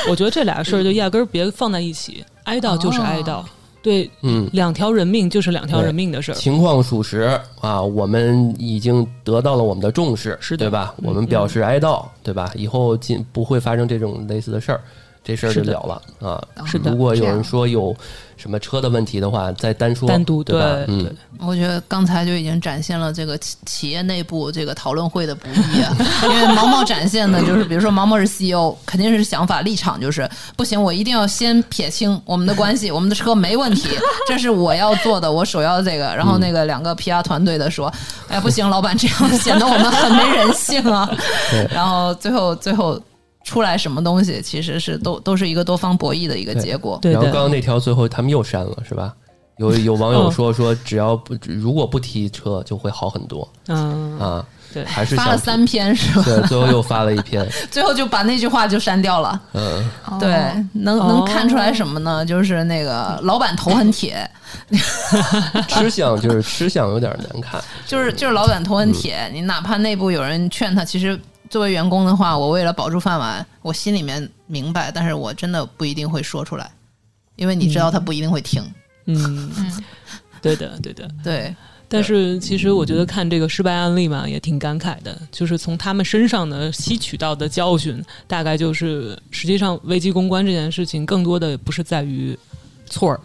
Speaker 2: 我觉得这俩事儿就压根儿别放在一起，哀悼就是哀悼，
Speaker 6: 哦
Speaker 2: 对，
Speaker 6: 嗯，
Speaker 2: 两条人命就是两条人命的事儿。
Speaker 6: 情况属实啊，我们已经得到了我们的重视，
Speaker 2: 是的嗯
Speaker 6: 对吧？我们表示哀悼，对吧？以后尽不会发生这种类似的事儿，这事儿就是
Speaker 2: 的
Speaker 6: 了了啊。
Speaker 2: 是的
Speaker 6: 如果有
Speaker 7: 这
Speaker 6: 人
Speaker 7: 样
Speaker 6: 说有什么车的问题的话，再单说，
Speaker 2: 单独
Speaker 6: 对吧？
Speaker 2: 对
Speaker 6: 嗯
Speaker 2: 对，
Speaker 3: 我觉得刚才就已经展现了这个企企业内部这个讨论会的不易啊，因为毛毛展现的就是，比如说毛毛是 CEO，肯定是想法立场就是不行，我一定要先撇清我们的关系，我们的车没问题，这是我要做的，我首要这个。然后那个两个 PR 团队的说，哎不行，老板这样显得我们很没人性啊。然后最后最后出来什么东西，其实是都都是一个多方博弈的一个
Speaker 6: 对
Speaker 3: 结果。
Speaker 2: 对
Speaker 6: 然后
Speaker 2: 的
Speaker 6: 刚刚那条最后他们又删了，是吧？有有网
Speaker 2: 哦
Speaker 6: 友说说，只要不如果不提车就会好很多
Speaker 2: 嗯，
Speaker 6: 啊，
Speaker 2: 对
Speaker 6: 还是
Speaker 3: 发
Speaker 6: 想
Speaker 3: 了三篇是吧？
Speaker 6: 对，最后又发了一篇，
Speaker 3: 最后就把那句话就删掉了。
Speaker 6: 嗯，
Speaker 3: 对
Speaker 7: 哦，
Speaker 3: 能能看出来什么呢？就是那个老板头很 铁，
Speaker 6: 吃相就是吃相有点难看，
Speaker 3: 就是就是老板头很铁。嗯你哪怕内部有人劝他，其实作为员工的话，我为了保住饭碗，我心里面明白，但是我真的不一定会说出来，因为你知道他不一定会听。
Speaker 2: 嗯，对的，对
Speaker 7: 嗯
Speaker 2: 的。
Speaker 3: 对，
Speaker 2: 但是其实我觉得看这个失败案例嘛，也挺感慨的，就是从他们身上呢吸取到的教训，大概就是实际上危机公关这件事情，更多的不是在于错儿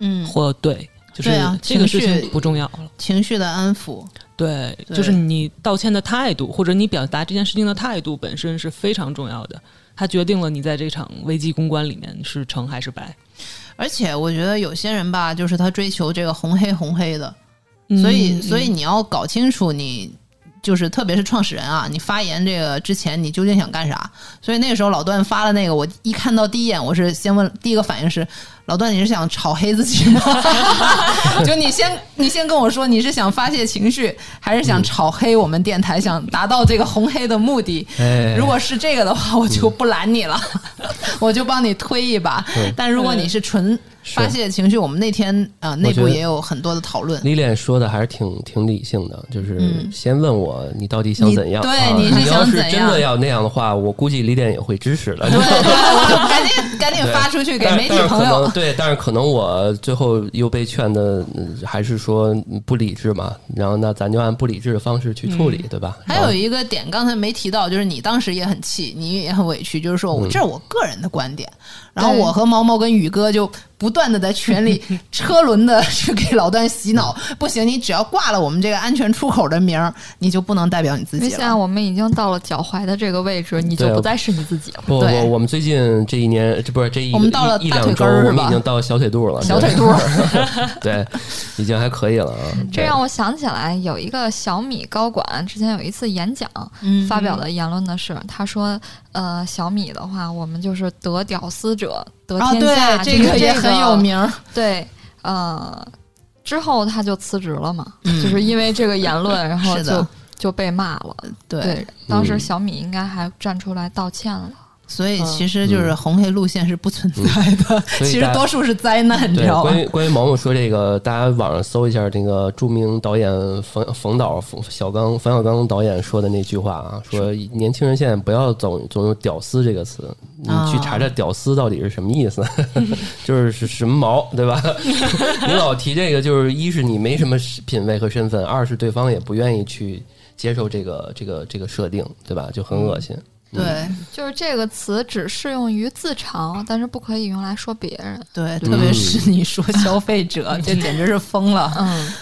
Speaker 3: 嗯，
Speaker 2: 或对，就是
Speaker 3: 对啊
Speaker 2: 这个事
Speaker 3: 情绪
Speaker 2: 情不重要了。
Speaker 3: 情绪的安抚，
Speaker 2: 对，
Speaker 3: 对
Speaker 2: 就是你道歉的态度，或者你表达这件事情的态度本身是非常重要的，它决定了你在这场危机公关里面是成还是败。
Speaker 3: 而且我觉得有些人吧，就是他追求这个红黑红黑的，
Speaker 2: 嗯
Speaker 3: 所以，所以
Speaker 2: 嗯
Speaker 3: 你要搞清楚你。就是，特别是创始人啊，你发言这个之前，你究竟想干啥？所以那个时候老段发了那个，我一看到第一眼，我是先问，第一个反应是，老段你是想炒黑自己吗？ 就你先你先跟我说，你是想发泄情绪，还是想炒黑我们电台，想达到这个红黑的目的？
Speaker 6: 哎，
Speaker 3: 如果是这个的话，我就不拦 你了，我就帮你推一把
Speaker 6: 对。
Speaker 3: 但如果你是纯发泄情绪，我们那天啊、呃内
Speaker 6: 我
Speaker 3: 部
Speaker 6: 觉得
Speaker 3: 也有很多的讨论。
Speaker 6: 李脸说的还是挺挺理性的，就是
Speaker 3: 嗯
Speaker 6: 先问我你到底想
Speaker 3: 你
Speaker 6: 怎样。
Speaker 3: 对
Speaker 6: 啊
Speaker 3: 你
Speaker 6: 你
Speaker 3: 是
Speaker 6: 要
Speaker 3: 想
Speaker 6: 是
Speaker 3: 怎
Speaker 6: 真
Speaker 3: 样
Speaker 6: 的要那样的话，我估计李脸也会支持 的。
Speaker 3: 对对，我就赶紧赶紧发出去给
Speaker 6: 但
Speaker 3: 媒体
Speaker 6: 但是可
Speaker 3: 朋友
Speaker 6: 能。对，但是可能我最后又被劝的，嗯还是说嗯不理智嘛。然后那咱就按不理智的方式去处理，对吧？
Speaker 3: 嗯还有
Speaker 6: 啊
Speaker 3: 一个点，刚才没提到，就是你当时也很气，你也很委屈，就是说
Speaker 6: 嗯
Speaker 3: 我这是我个人的观点，然后我和毛毛跟宇哥就不断的在群里车轮的去给老段洗脑， 不行，你只要挂了我们这个安全出口的名儿，你就不能代表你自
Speaker 7: 因为
Speaker 3: 己
Speaker 7: 现在
Speaker 3: 了。
Speaker 7: 我们已经到了脚踝的这个位置，你就
Speaker 6: 对
Speaker 7: 不再是你自己了。
Speaker 6: 不
Speaker 3: 对
Speaker 6: 不，我们最近这一年，这不是这一
Speaker 3: 我们到了
Speaker 6: 一一
Speaker 3: 大
Speaker 6: 两
Speaker 3: 腿
Speaker 6: 周，
Speaker 3: 根儿
Speaker 6: 我
Speaker 3: 是
Speaker 6: 们
Speaker 3: 吧
Speaker 6: 已经到小腿肚了，
Speaker 3: 小
Speaker 6: 对
Speaker 3: 腿肚儿，
Speaker 6: 对，已经还可以了啊。
Speaker 7: 这
Speaker 6: 对
Speaker 7: 让我想起来有一个小米高管之前有一次演讲，
Speaker 3: 嗯
Speaker 7: 发表的言论的是，他说，呃，小米的话，我们就是得屌丝者得
Speaker 3: 啊，
Speaker 7: 天
Speaker 3: 对
Speaker 7: 下，，
Speaker 3: 这
Speaker 7: 就是
Speaker 3: 个也很有，名儿。
Speaker 7: 对，呃，之后他就辞职了嘛，
Speaker 3: 嗯
Speaker 7: 就是因为这个言论，然后
Speaker 3: 是的
Speaker 7: 就就被骂了。
Speaker 3: 对，嗯
Speaker 7: 对，当时小米应该还站出来道歉了。
Speaker 3: 所以其实就是红黑路线是不存在的，
Speaker 6: 嗯所以
Speaker 3: 其实
Speaker 6: 大家
Speaker 3: 多数是灾难，你知
Speaker 6: 对，
Speaker 3: 道吗
Speaker 6: 关？于关于毛毛说这个，大家网上搜一下这个著名导演冯冯导冯小刚冯小刚导演说的那句话啊，说年轻人现在不要总总用“屌丝”这个词，你
Speaker 3: 啊
Speaker 6: 去查查“屌丝”到底是什么意思， 就是是什么毛，对吧？ 你老提这个，就是一是你没什么品位和身份，二是对方也不愿意去接受这个这个这个设定，对吧？就很恶心。
Speaker 3: 对
Speaker 7: 就是这个词只适用于自嘲，但是不可以用来说别人。
Speaker 3: 对，特别是你说消费者，这简直是疯了。 啊
Speaker 7: 嗯，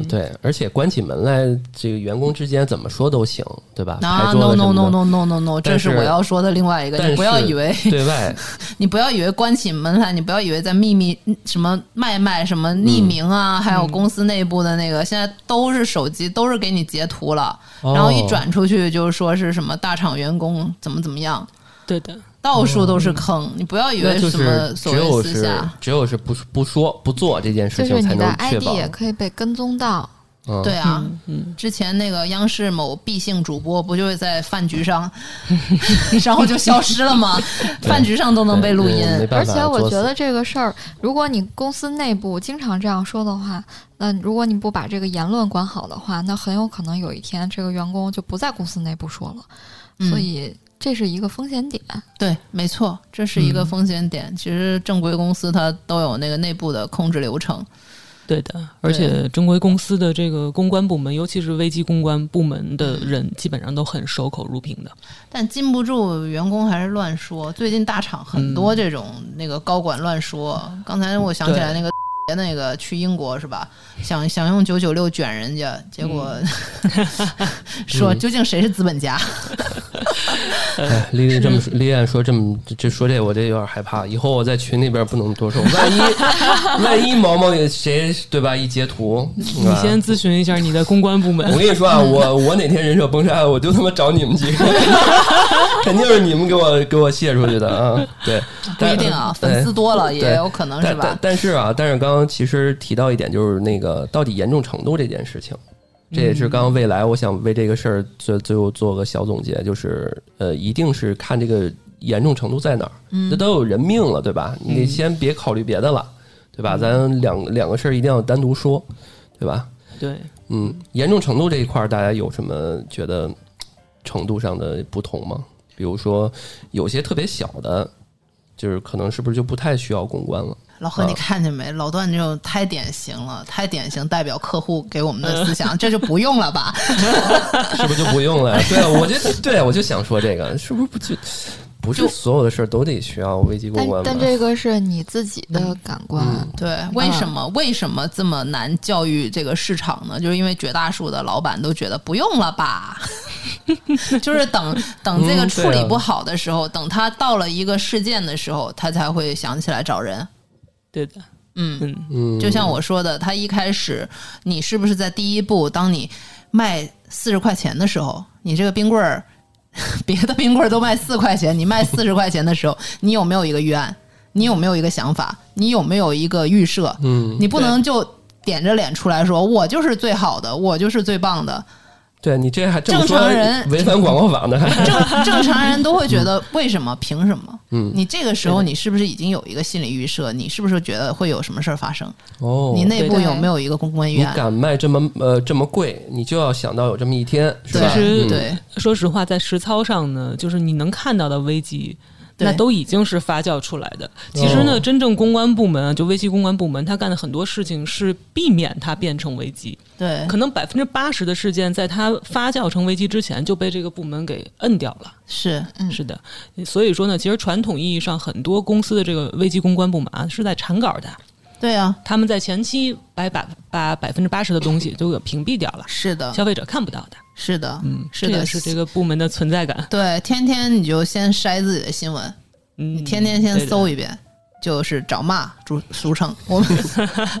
Speaker 6: 嗯，对，而且关起门来，这个员工之间怎么说都行，对吧？
Speaker 3: 啊，no
Speaker 6: 牌桌子什
Speaker 3: no
Speaker 6: 么的
Speaker 3: no no no no no，这
Speaker 6: 但
Speaker 3: 是
Speaker 6: 是
Speaker 3: 我要说的另外一个。
Speaker 6: 但
Speaker 3: 你
Speaker 6: 是
Speaker 3: 不要以为，
Speaker 6: 对外，
Speaker 3: 你不要以为关起门来，你不要以为在秘密什么卖卖什么
Speaker 6: 嗯
Speaker 3: 匿名啊，还有公司内部的那个，现在都是手机都是给你截图了，
Speaker 6: 哦
Speaker 3: 然后一转出去就是说是什么大厂员工怎么怎么样。
Speaker 2: 对的，
Speaker 3: 到处都是坑，你不要以为
Speaker 6: 嗯那就
Speaker 3: 什么
Speaker 6: 是
Speaker 3: 所
Speaker 6: 只有
Speaker 3: 谓私
Speaker 6: 是
Speaker 3: 下，
Speaker 6: 只有是不不说不做这件
Speaker 7: 就
Speaker 6: 事
Speaker 7: 是
Speaker 6: 情才
Speaker 7: 你的
Speaker 6: 能确
Speaker 7: ID
Speaker 6: 保。
Speaker 7: 也可以被跟踪到，
Speaker 6: 嗯，
Speaker 3: 对啊。之前那个央视某 B 姓主播不就是在饭局 上，然后就消失了吗？饭局上都能被录音，
Speaker 6: 没办
Speaker 7: 而
Speaker 6: 法
Speaker 7: 且我
Speaker 6: 作
Speaker 7: 觉
Speaker 6: 死
Speaker 7: 得这个事儿，如果你公司内部经常这样说的话，那如果你不把这个言论管好的话，那很有可能有一天这个员工就不在公司内部说了，
Speaker 3: 嗯
Speaker 7: 所以这是一个风险点。
Speaker 3: 对，没错，这是
Speaker 6: 嗯
Speaker 3: 一个风险点。其实正规公司它都有那个内部的控制流程，
Speaker 2: 对的，而且正规公司的这个公关部门，尤其是危机公关部门的人，基本上都很守口如瓶的。
Speaker 3: 但禁不住员工还是乱说。最近大厂很多这种那个高管乱说。刚才我想起来那个。 那个去英国是吧？想想用九九六卷人家，结果、
Speaker 6: 嗯
Speaker 3: 说究竟谁是资本家？
Speaker 6: 哎， 丽丽这么说，丽艳说这么就说这，我这有点害怕。以后我在群里边不能多说，万 一万一毛毛也谁对吧？一截图，你
Speaker 2: 你先咨询一下你的公关部
Speaker 6: 我
Speaker 2: 门。
Speaker 6: 跟你说啊，我 我哪天人设崩塌，我就他妈找你 们几个，肯定是你们给我给我泄出去的啊！对，
Speaker 3: 不一定啊，粉丝多了也
Speaker 6: 对
Speaker 3: 有可能是
Speaker 6: 但
Speaker 3: 吧
Speaker 6: 但？但是啊，但是刚刚其实提到一点，就是那个到底严重程度这件事情，这也
Speaker 3: 嗯
Speaker 6: 是刚刚未来我想为这个事儿最最后做个小总结，就是呃，一定是看这个严重程度在哪儿，
Speaker 3: 嗯
Speaker 6: 这都有人命了，对吧？你得先别考虑别的了，对
Speaker 3: 嗯
Speaker 6: 吧？咱两两个事儿一定要单独说，对吧？
Speaker 2: 对，
Speaker 6: 嗯，严重程度这一块，儿，大家有什么觉得程度上的不同吗？比如说，有些特别小的，就是可能是不是就不太需要公关了？
Speaker 3: 老何，
Speaker 6: 啊
Speaker 3: 你看见没？老段这种太典型了，太典型代表客户给我们
Speaker 6: 嗯
Speaker 3: 的思想，这就不用了 吧？
Speaker 6: 是不是就不用了呀？对啊，我就对啊我就想说这个，是不是不就不是所有的事儿都得需要危机公
Speaker 7: 但
Speaker 6: 关吗？
Speaker 7: 但这个是你自己的感官，
Speaker 6: 嗯
Speaker 3: 对，
Speaker 6: 啊
Speaker 3: 为什么、为什么这么难教育这个市场呢？就是因为绝大数的老板都觉得不用了 吧，就是等等这个
Speaker 6: 嗯
Speaker 3: 处理
Speaker 6: 对啊
Speaker 3: 不好的时候，等他到了一个事件的时候，他才会想起来找人。
Speaker 2: 对的，
Speaker 3: 嗯，
Speaker 2: 嗯，
Speaker 6: 嗯，
Speaker 3: 就像我说的，他一开始你是不是在第一步，当你卖四十块钱的时候，你这个冰棍儿， 别的冰棍儿都卖四块钱，你卖四十块钱的时候，你有没有一个预案？你有没有一个想法？你有没有一个预设？
Speaker 6: 嗯，
Speaker 3: 你不能就点着脸出来说我就是最好的，我就是最棒的。
Speaker 6: 对你这还这么
Speaker 3: 正
Speaker 6: 说
Speaker 3: 常人
Speaker 6: 违反广告法 呢？还
Speaker 3: 正 正常人都会觉得为什么？凭什么？
Speaker 6: 嗯
Speaker 3: 你这个时候你是不是已经有一个心理预设？你是不是觉得会有什么事儿发生？
Speaker 6: 哦，
Speaker 3: 你内部
Speaker 7: 对
Speaker 3: 有没有一个公关预
Speaker 6: 你
Speaker 3: 案？
Speaker 6: 敢卖这么呃这么贵，你就要想到有这么一天，是
Speaker 3: 对
Speaker 6: 吧？
Speaker 2: 实
Speaker 6: 嗯
Speaker 3: 对，
Speaker 2: 说实话，在实操上呢，就是你能看到的危机。
Speaker 3: 对
Speaker 2: 那都已经是发酵出来的。其实呢，
Speaker 6: 哦
Speaker 2: 真正公关部门啊，就危机公关部门，他干的很多事情是避免它变成危机。
Speaker 3: 对，
Speaker 2: 可能百分之八十的事件，在它发酵成危机之前，就被这个部门给摁掉了。
Speaker 3: 是
Speaker 7: 嗯
Speaker 2: 是的，所以说呢，其实传统意义上，很多公司的这个危机公关部门啊，是在缠稿的。
Speaker 3: 对啊，
Speaker 2: 他们在前期把把把百分之八十的东西都给屏蔽掉了，
Speaker 3: 是的，
Speaker 2: 消费者看不到的。
Speaker 3: 是的，
Speaker 2: 嗯，
Speaker 3: 是
Speaker 2: 这
Speaker 3: 的，
Speaker 2: 也是这个部门的存在感。
Speaker 3: 对，天天你就先筛自己的新闻，
Speaker 2: 嗯，
Speaker 3: 你天天先
Speaker 2: 对的
Speaker 3: 搜一遍，就是找骂，俗俗 称我们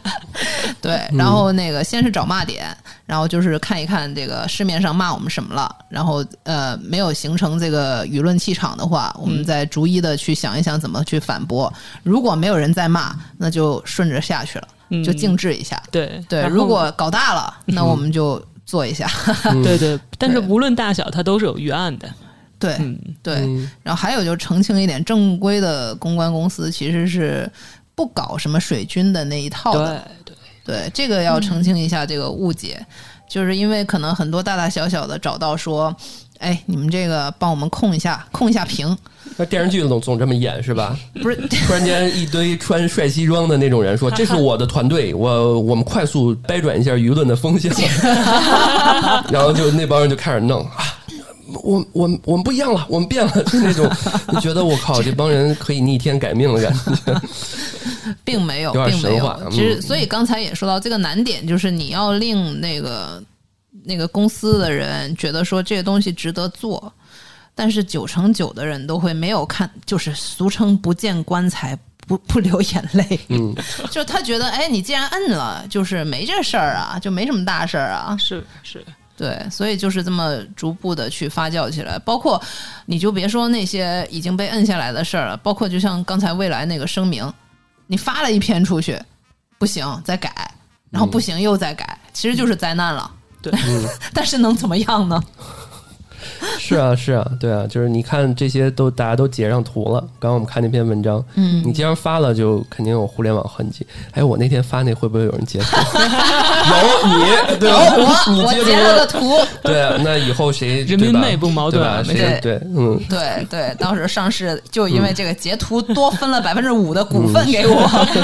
Speaker 3: 对，
Speaker 2: 嗯
Speaker 3: 然后那个先是找骂点，然后就是看一看这个市面上骂我们什么了，然后呃没有形成这个舆论气场的话，我
Speaker 2: 嗯
Speaker 3: 们再逐一的去想一想怎么去反驳。如果没有人在骂，那就顺着下去了，就静置一下。
Speaker 2: 嗯对
Speaker 3: 对，
Speaker 2: 然后嗯
Speaker 3: 如果搞大了，那我们就做一下。
Speaker 2: 对对，但是
Speaker 3: 嗯对
Speaker 2: 无论大小，它都是有预案的。
Speaker 3: 对，
Speaker 2: 嗯，
Speaker 3: 对，然后还有就是澄清一点，正规的公关公司其实是不搞什么水军的那一套的。
Speaker 2: 对嗯对，
Speaker 3: 对，这个要澄清一下这个误解，就是因为可能很多大大小小的找到说，哎，你们这个帮我们控一下，控一下屏，
Speaker 6: 那电视剧总总这么演是吧？
Speaker 3: 不是。
Speaker 6: 突然间一堆穿帅西装的那种 人说：“这是我的团队，我我们快速掰转一下舆论的 风向。”然后就那帮人就开始弄啊。我我我们不一样了，我们变了，就那种就觉得我 靠，这帮人可以逆天改命的感觉。
Speaker 3: 并没有，
Speaker 6: 有点
Speaker 3: 并没
Speaker 6: 神话
Speaker 3: 有。其实，
Speaker 6: 嗯
Speaker 3: 所以刚才也说到这个难点，就是你要令那个那个公司的人觉得说这个东西值得做，但是九成九的人都会没有看，就是俗称不见棺材。不 不流眼泪，
Speaker 6: 嗯，
Speaker 3: 就是他觉得，哎，你既然摁了，就是没这事儿啊，就没什么大事儿啊，
Speaker 2: 是是，
Speaker 3: 对，所以就是这么逐步的去发酵起来，包括你就别说那些已经被摁下来的事儿了，包括就像刚才未来那个声明，你发了一篇出去，不行再改，然后不行又再改，其实就是灾难了。
Speaker 2: 对，
Speaker 3: 但是能怎么样 呢？
Speaker 6: 是啊，是啊，对啊，就是你看这些都大家都截上图了。刚刚我们看那篇文章，嗯，你既然发了，就肯定有互联网痕迹。哎，我那天发那会不会有人截图？ 有你，对吧？哦 你
Speaker 3: 我我
Speaker 6: 截
Speaker 3: 截了个
Speaker 6: 图，
Speaker 3: 图，
Speaker 6: 对啊，那以后谁
Speaker 2: 人民
Speaker 6: 对吧
Speaker 2: 内部矛盾啊
Speaker 6: 对吧？
Speaker 2: 没
Speaker 6: 谁
Speaker 3: 事
Speaker 6: 对，嗯，
Speaker 3: 对对，当时上市就因为这个截图多分了百分之五的股份给我，
Speaker 6: 嗯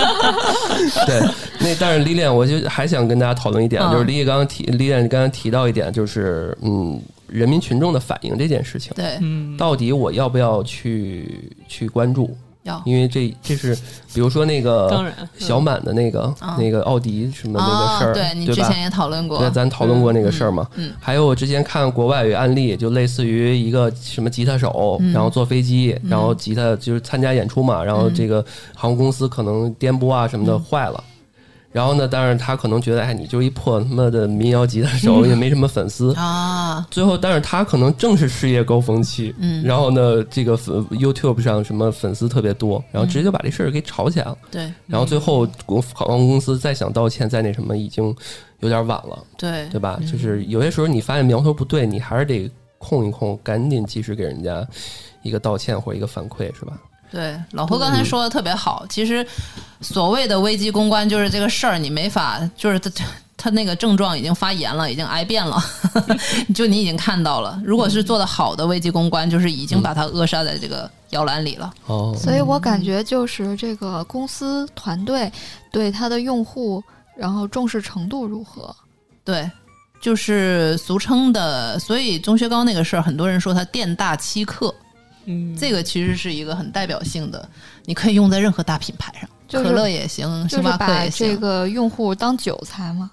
Speaker 6: 对，那但是李炼，我就还想跟大家讨论一点，啊
Speaker 3: 嗯
Speaker 6: 就是李刚刚提李炼刚刚提到一点，就是嗯，人民群众的反应这件事情，
Speaker 3: 对，
Speaker 2: 嗯
Speaker 6: 到底我要不要去去关注？
Speaker 3: 要
Speaker 6: 因为这这是，比如说那个
Speaker 2: 当然嗯
Speaker 6: 小满的那个、
Speaker 3: 啊
Speaker 6: 那个奥迪什么那个
Speaker 3: 啊
Speaker 6: 事儿、，
Speaker 3: 对你
Speaker 6: 对
Speaker 3: 之
Speaker 6: 吧
Speaker 3: 前？也讨论过
Speaker 6: 对，，咱讨论过那个事儿嘛。
Speaker 3: 嗯嗯
Speaker 6: 还有我之前看国外有案例，就类似于一个什么吉他手，
Speaker 3: 嗯
Speaker 6: 然后坐飞机，然后吉他就是参加演出嘛，然
Speaker 3: 嗯
Speaker 6: 后这个航空公司可能颠簸啊什么的坏了。然后呢？当然，他可能觉得，哎，你就是一破他妈的民谣吉他手，也没什么 粉丝。
Speaker 3: 啊，
Speaker 6: 最后，但是他可能正是事业高峰期，嗯，然后呢，这个粉 YouTube 上什么粉丝特别多，然后直接就把这事儿给炒起来
Speaker 7: 嗯
Speaker 6: 了。
Speaker 3: 对
Speaker 6: 然后最后，国航空公司再想道歉，再那什么，已经有点晚了。
Speaker 7: 嗯
Speaker 3: 对
Speaker 6: 对吧？就是有些时候你发现苗头不对，你还是得控一控，赶紧及时给人家一个道歉或者一个反馈，是吧？
Speaker 3: 对，老胡刚才说的特别好。其实所谓的危机公关，就是这个事儿你没法，就是他他那个症状已经发炎了，已经癌变了， 就你已经看到了。如果是做的好的危机公关，就是已经把它扼杀在这个摇篮里了。
Speaker 6: 哦，
Speaker 7: 所以我感觉就是这个公司团队对它的用户，然后重视程度如何？
Speaker 3: 对，就是俗称的，所以钟薛高那个事儿，很多人说他店大欺客，
Speaker 2: 嗯，
Speaker 3: 这个其实是一个很代表性的，你可以用在任何大品牌上，
Speaker 7: 就是
Speaker 3: 可乐也行，
Speaker 7: 就
Speaker 3: 星
Speaker 7: 是
Speaker 3: 巴克
Speaker 7: 把
Speaker 3: 也行。
Speaker 7: 这个用户当韭菜嘛。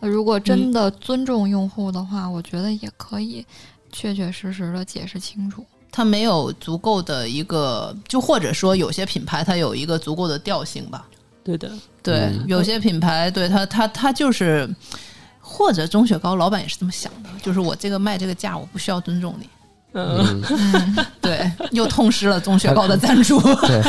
Speaker 7: 那如果
Speaker 3: 嗯
Speaker 7: 真的尊重用户的话，我觉得也可以确确实实的解释清楚。
Speaker 3: 它没有足够的一个，就或者说有些品牌它有一个足够的调性吧。
Speaker 2: 对的，
Speaker 3: 对，有些品牌对它它它就是，或者钟雪糕老板也是这么想的，就是我这个卖这个价，我不需要尊重你。
Speaker 2: 嗯，
Speaker 3: 对，又痛失了钟雪糕的赞 助。
Speaker 6: 对，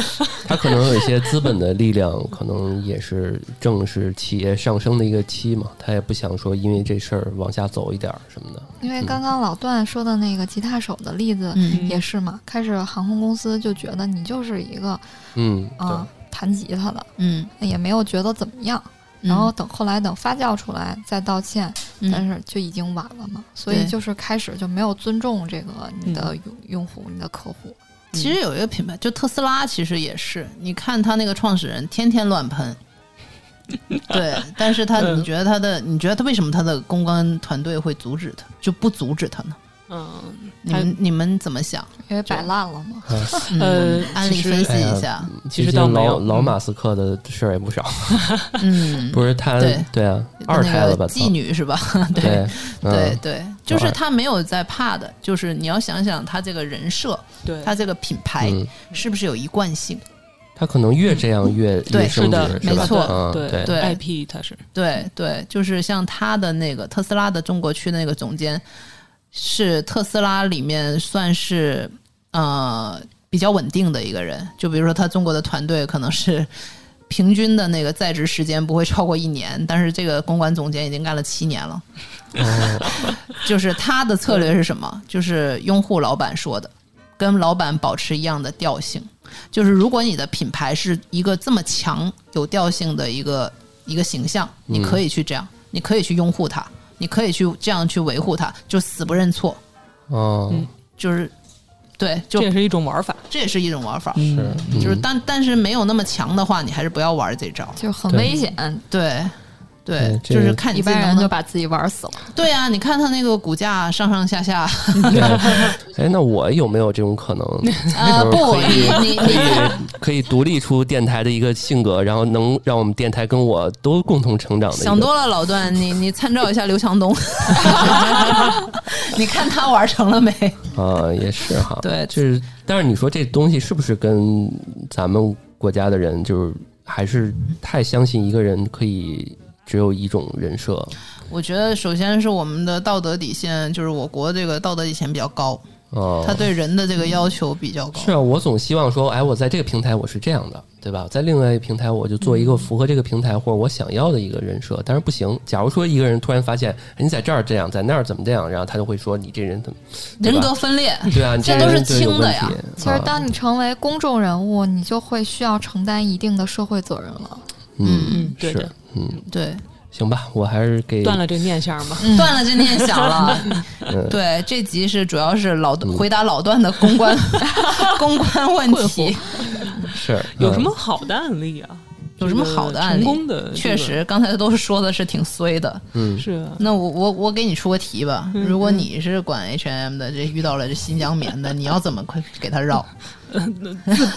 Speaker 6: 他可能有一些资本的力量，可能也是正是企业上升的一个期嘛，他也不想说因为这事儿往下走一点儿什么的。
Speaker 7: 因为刚刚老段说的那个吉他手的例子
Speaker 3: 嗯
Speaker 7: 也是嘛，开始航空公司就觉得你就是一个
Speaker 6: 嗯，
Speaker 7: 啊、
Speaker 6: 对，
Speaker 7: 弹吉他的，
Speaker 3: 嗯，
Speaker 7: 也没有觉得怎么样。然后等后来等发酵出来再道歉，
Speaker 3: 嗯
Speaker 7: 但是就已经晚了嘛。所以
Speaker 3: 对嗯
Speaker 7: 就是开始就没有尊重这个你的用用户、你的客户。
Speaker 3: 其实有一个品牌，就特斯拉，其实也是，你看它那个创始人天天乱 喷。对，但是他，
Speaker 2: 嗯
Speaker 3: 你觉得他的，你觉得他为什么他的公关团队会阻止他，就不阻止他呢？
Speaker 2: 嗯，
Speaker 3: 你们你们怎么想？
Speaker 7: 因为摆烂了嘛，
Speaker 2: 呃
Speaker 3: 嗯，案例
Speaker 2: 其实
Speaker 3: 分析
Speaker 6: 哎呀
Speaker 3: 一下，
Speaker 2: 其实
Speaker 6: 毕竟
Speaker 2: 倒没
Speaker 6: 老
Speaker 2: 有
Speaker 6: 老
Speaker 2: 嗯
Speaker 6: 马斯克的事儿也不少，
Speaker 3: 嗯，
Speaker 6: 不是他
Speaker 3: 对
Speaker 6: 啊，二胎了吧？
Speaker 3: 那个妓女是 吧？
Speaker 6: 操对
Speaker 3: 对
Speaker 6: 嗯
Speaker 3: 对，就是他没有在怕的，就是你要想想他这个人设，
Speaker 2: 对，
Speaker 3: 他这个品牌
Speaker 6: 嗯
Speaker 3: 是不是有一贯性？
Speaker 6: 他可能越这样越
Speaker 3: 对
Speaker 6: 越升
Speaker 2: 是
Speaker 6: 值
Speaker 2: 的，，
Speaker 6: 是吧
Speaker 3: 没错
Speaker 6: 嗯
Speaker 2: 对
Speaker 6: 对
Speaker 3: 对
Speaker 2: IP 它是
Speaker 3: 对对，就是像他的那个特斯拉的中国区的那个总监，是特斯拉里面算是呃比较稳定的一个人。就比如说他中国的团队可能是平均的那个在职时间不会超过一年，但是这个公关总监已经干了七年了。
Speaker 6: 哦
Speaker 3: 就是他的策略是什 么？就是拥护老板说的，跟老板保持一样的调性。就是如果你的品牌是一个这么强有调性的一个一个形象，
Speaker 6: 嗯
Speaker 3: 你可以去这样，你可以去拥护它，你可以去这样去维护它，就死不认错，
Speaker 6: 哦，
Speaker 3: 嗯就是对，就
Speaker 2: 这也是一种玩法，
Speaker 3: 这也是一种玩法。
Speaker 6: 是嗯
Speaker 3: 就是但但是没有那么强的话，你还是不要玩这招。
Speaker 7: 就很
Speaker 6: 对
Speaker 7: 危险，
Speaker 3: 对。对
Speaker 6: 对，哎这
Speaker 3: 就是
Speaker 6: 个
Speaker 3: 看你
Speaker 7: 一
Speaker 3: 自己
Speaker 7: 般
Speaker 3: 能
Speaker 7: 人
Speaker 3: 不
Speaker 7: 就
Speaker 3: 能。
Speaker 7: 把自己玩死了。
Speaker 3: 对啊，你看它那个股价上上下下，
Speaker 6: 对， 哎，那我有没有这种可 能？
Speaker 3: 啊
Speaker 6: 就是
Speaker 3: 不
Speaker 6: 可以
Speaker 3: 你你
Speaker 6: 可以可以独立出电台的一个性格，然后能让我们电台跟我都共同成长的一个。
Speaker 3: 想多了，老段，你你参照一下刘强 东，你看他玩成了没？
Speaker 6: 啊，也是哈。
Speaker 3: 对
Speaker 6: 就是，但是你说这东西是不是跟咱们国家的人就是还是太相信一个人可以只有一种人设，
Speaker 3: 我觉得首先是我们的道德底线，就是我国这个道德底线比较高，
Speaker 6: 哦，
Speaker 3: 他对人的这个要求比较高。
Speaker 6: 是啊，我总希望说，哎，我在这个平台我是这样的，对吧？在另外一个平台，我就做一个符合这个平台或者我想要的一个人设。但是不行，假如说一个人突然发现，哎你在这儿这样，在那儿怎么这样，然后他就会说你这人怎么对吧
Speaker 3: 人格分裂，
Speaker 6: 对啊？你
Speaker 3: 这
Speaker 6: 人
Speaker 3: 都是
Speaker 6: 就有
Speaker 3: 轻的
Speaker 6: 问
Speaker 3: 呀
Speaker 6: 题。
Speaker 7: 其
Speaker 3: 嗯
Speaker 7: 实，
Speaker 6: 啊
Speaker 7: 当你成为公众人物，你就会需要承担一定的社会责任了。
Speaker 6: 嗯，
Speaker 2: 嗯，对
Speaker 6: 是
Speaker 2: 的，
Speaker 6: 嗯，
Speaker 3: 对，
Speaker 6: 行吧，我还是给
Speaker 2: 断了这念想吧。
Speaker 3: 断了这念想 了。
Speaker 6: 嗯
Speaker 3: 对，这集是主要是老回答老段的公 关公关问题，
Speaker 6: 是
Speaker 2: 有什
Speaker 6: 嗯
Speaker 2: 么好的案例啊？
Speaker 3: 嗯有什么好的案
Speaker 2: 这
Speaker 3: 例？
Speaker 2: 个成功的，
Speaker 3: 确实，刚才都是说的是挺衰的。
Speaker 2: 这个是啊
Speaker 3: 那我我我给你出个题吧，如果你是管 H&M 的，这遇到了这新疆棉的，你要怎么快给他 绕？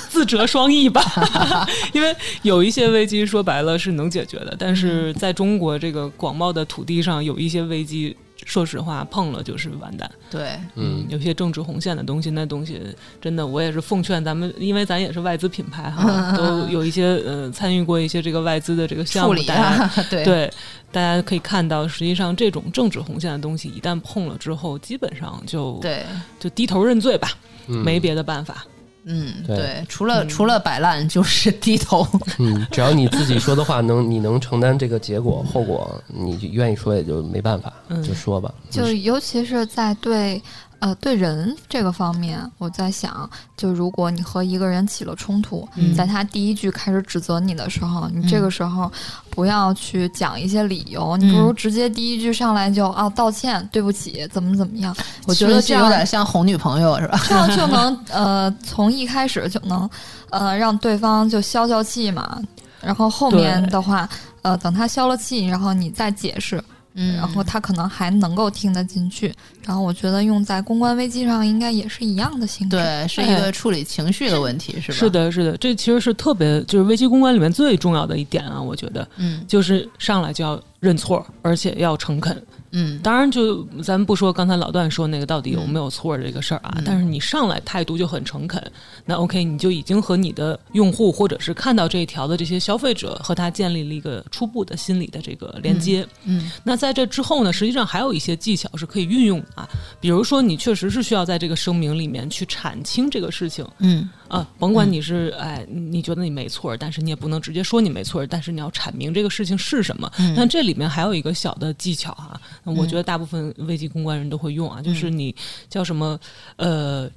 Speaker 2: 自折双翼 吧， 因为有一些危机说白了是能解决的，但
Speaker 3: 嗯
Speaker 2: 是在中国这个广袤的土地上，有一些危机，说实话碰了就是完蛋。
Speaker 3: 对，
Speaker 2: 嗯，有些政治红线的东西，那东西真的，我也是奉劝咱们，因为咱也是外资品牌 哈，都有一些呃参与过一些这个外资的这个项
Speaker 3: 处
Speaker 2: 目，
Speaker 3: 理
Speaker 2: 大家
Speaker 3: 啊，对
Speaker 2: 对，大家可以看到，实际上这种政治红线的东西，一旦碰了之后，基本上就
Speaker 3: 对
Speaker 2: 就低头认罪吧，没别的办法。
Speaker 3: 嗯，
Speaker 6: 对
Speaker 3: 对，除了除了摆烂就是低头，
Speaker 6: 嗯，只要你自己说的话能，你能承担这个结果后果，你就愿意说也就没办法，就说吧。
Speaker 7: 就尤其是在对呃对人这个方面，我在想，就如果你和一个人起了冲突，
Speaker 3: 嗯
Speaker 7: 在他第一句开始指责你的时候，你这个时候不要去讲一些理由，你
Speaker 3: 嗯
Speaker 7: 不如直接第一句上来就啊道歉，对不起，怎么怎么样。
Speaker 3: 我觉
Speaker 7: 是
Speaker 3: 得
Speaker 7: 这
Speaker 3: 这
Speaker 7: 样
Speaker 3: 有点像哄女朋友是 吧？
Speaker 7: 这样就能呃从一开始就能呃让对方就消消气嘛，然后后面
Speaker 2: 对
Speaker 7: 的话呃等他消了气，然后你再解释，
Speaker 3: 嗯
Speaker 7: 然后他可能还能够听得进去。然后我觉得用在公关危机上应该也是一样的性质。，
Speaker 3: 对，是一个处理情绪的问题，哎是吧？
Speaker 2: 是，的，是的，这其实是特别就是危机公关里面最重要的一点啊，我觉得
Speaker 3: 嗯
Speaker 2: 就是上来就要认错，而且要诚恳。
Speaker 3: 嗯，
Speaker 2: 当然就，咱们不说刚才老段说那个到底有没有错这个事儿
Speaker 3: 嗯
Speaker 2: 啊，但是你上来态度就很诚恳，那 OK，你就已经和你的用户或者是看到这一条的这些消费者和他建立了一个初步的心理的这个连接。
Speaker 3: 嗯嗯
Speaker 2: 那在这之后呢，实际上还有一些技巧是可以运用的啊，比如说你确实是需要在这个声明里面去阐清这个事情，
Speaker 3: 嗯
Speaker 2: 啊，甭管你是、哎，你觉得你没错儿，但是你也不能直接说你没错儿，但是你要阐明这个事情是什么。
Speaker 3: 嗯
Speaker 2: 那这里面还有一个小的技巧哈、那我觉得大部分危机公关人都会用啊，就是
Speaker 3: 嗯
Speaker 2: 你叫什么呃，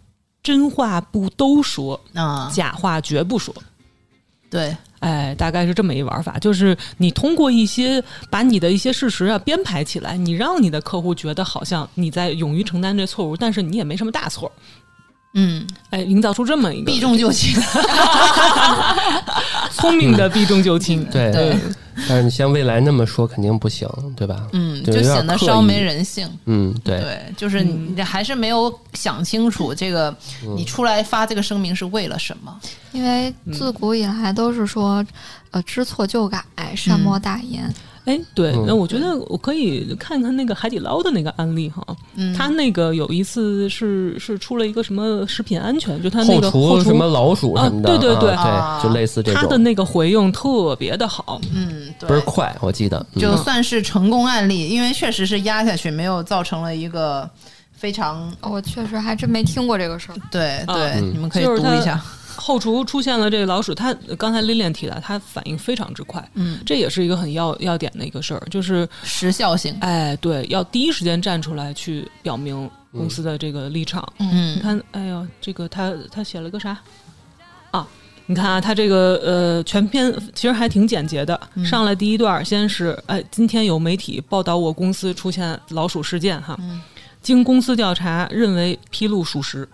Speaker 2: 真话不都说，
Speaker 3: 啊，
Speaker 2: 假话绝不说。
Speaker 3: 对，
Speaker 2: 哎，大概是这么一玩法，就是你通过一些把你的一些事实啊编排起来，你让你的客户觉得好像你在勇于承担这错误，但是你也没什么大错儿，
Speaker 3: 嗯，
Speaker 2: 哎，营造出这么一个
Speaker 3: 避重就 轻，
Speaker 2: 聪明的避重就轻，
Speaker 6: 对，
Speaker 3: 对
Speaker 6: 但是你像未来那么说肯定不行，对吧？
Speaker 3: 嗯，
Speaker 6: 对
Speaker 3: 就
Speaker 6: 有点
Speaker 3: 显得
Speaker 6: 刻
Speaker 3: 稍
Speaker 6: 意
Speaker 3: 没人性。
Speaker 6: 嗯，对，
Speaker 3: 对，就是你你还是没有想清楚这个，
Speaker 6: 嗯
Speaker 3: 你出来发这个声明是为了什么？
Speaker 7: 因为
Speaker 3: 嗯
Speaker 7: 自古以来都是说，呃，知错就改，善莫
Speaker 3: 嗯
Speaker 7: 大焉。
Speaker 2: 哎，对，
Speaker 6: 嗯
Speaker 2: 那我觉得我可以看看那个海底捞的那个案例哈，
Speaker 3: 嗯，
Speaker 2: 他那个有一次是是出了一个什么食品安全，就他那
Speaker 6: 后
Speaker 2: 个后
Speaker 6: 厨
Speaker 2: 厨
Speaker 6: 什么老鼠什么的，
Speaker 2: 啊对对对
Speaker 6: 啊对，就类似这
Speaker 2: 他的
Speaker 6: 种，
Speaker 2: 那个回应特别的好，
Speaker 3: 嗯，对
Speaker 6: 倍儿快，我记得。嗯
Speaker 3: 就算是成功案例，因为确实是压下去，没有造成了一个非常
Speaker 7: 我确实还真没听过这个事儿。
Speaker 3: 对对，你们可以
Speaker 2: 就
Speaker 3: 读
Speaker 2: 是
Speaker 3: 一
Speaker 2: 它
Speaker 3: 下。
Speaker 2: 后厨出现了这个老鼠，他刚才 Lilian 提到，他反应非常之快，嗯，这也是一个很要要点的一个事儿，就是
Speaker 3: 时效性，
Speaker 2: 哎，对，要第一时间站出来去表明公司的这个立场，你
Speaker 3: 嗯，
Speaker 2: 看，哎呦，这个他他写了个啥啊？你看啊，他这个呃，全篇其实还挺简洁的。
Speaker 3: 嗯
Speaker 2: 上来第一段，先是哎，今天有媒体报道我公司出现老鼠事件哈，
Speaker 3: 嗯
Speaker 2: 经公司调查，认为披露属实。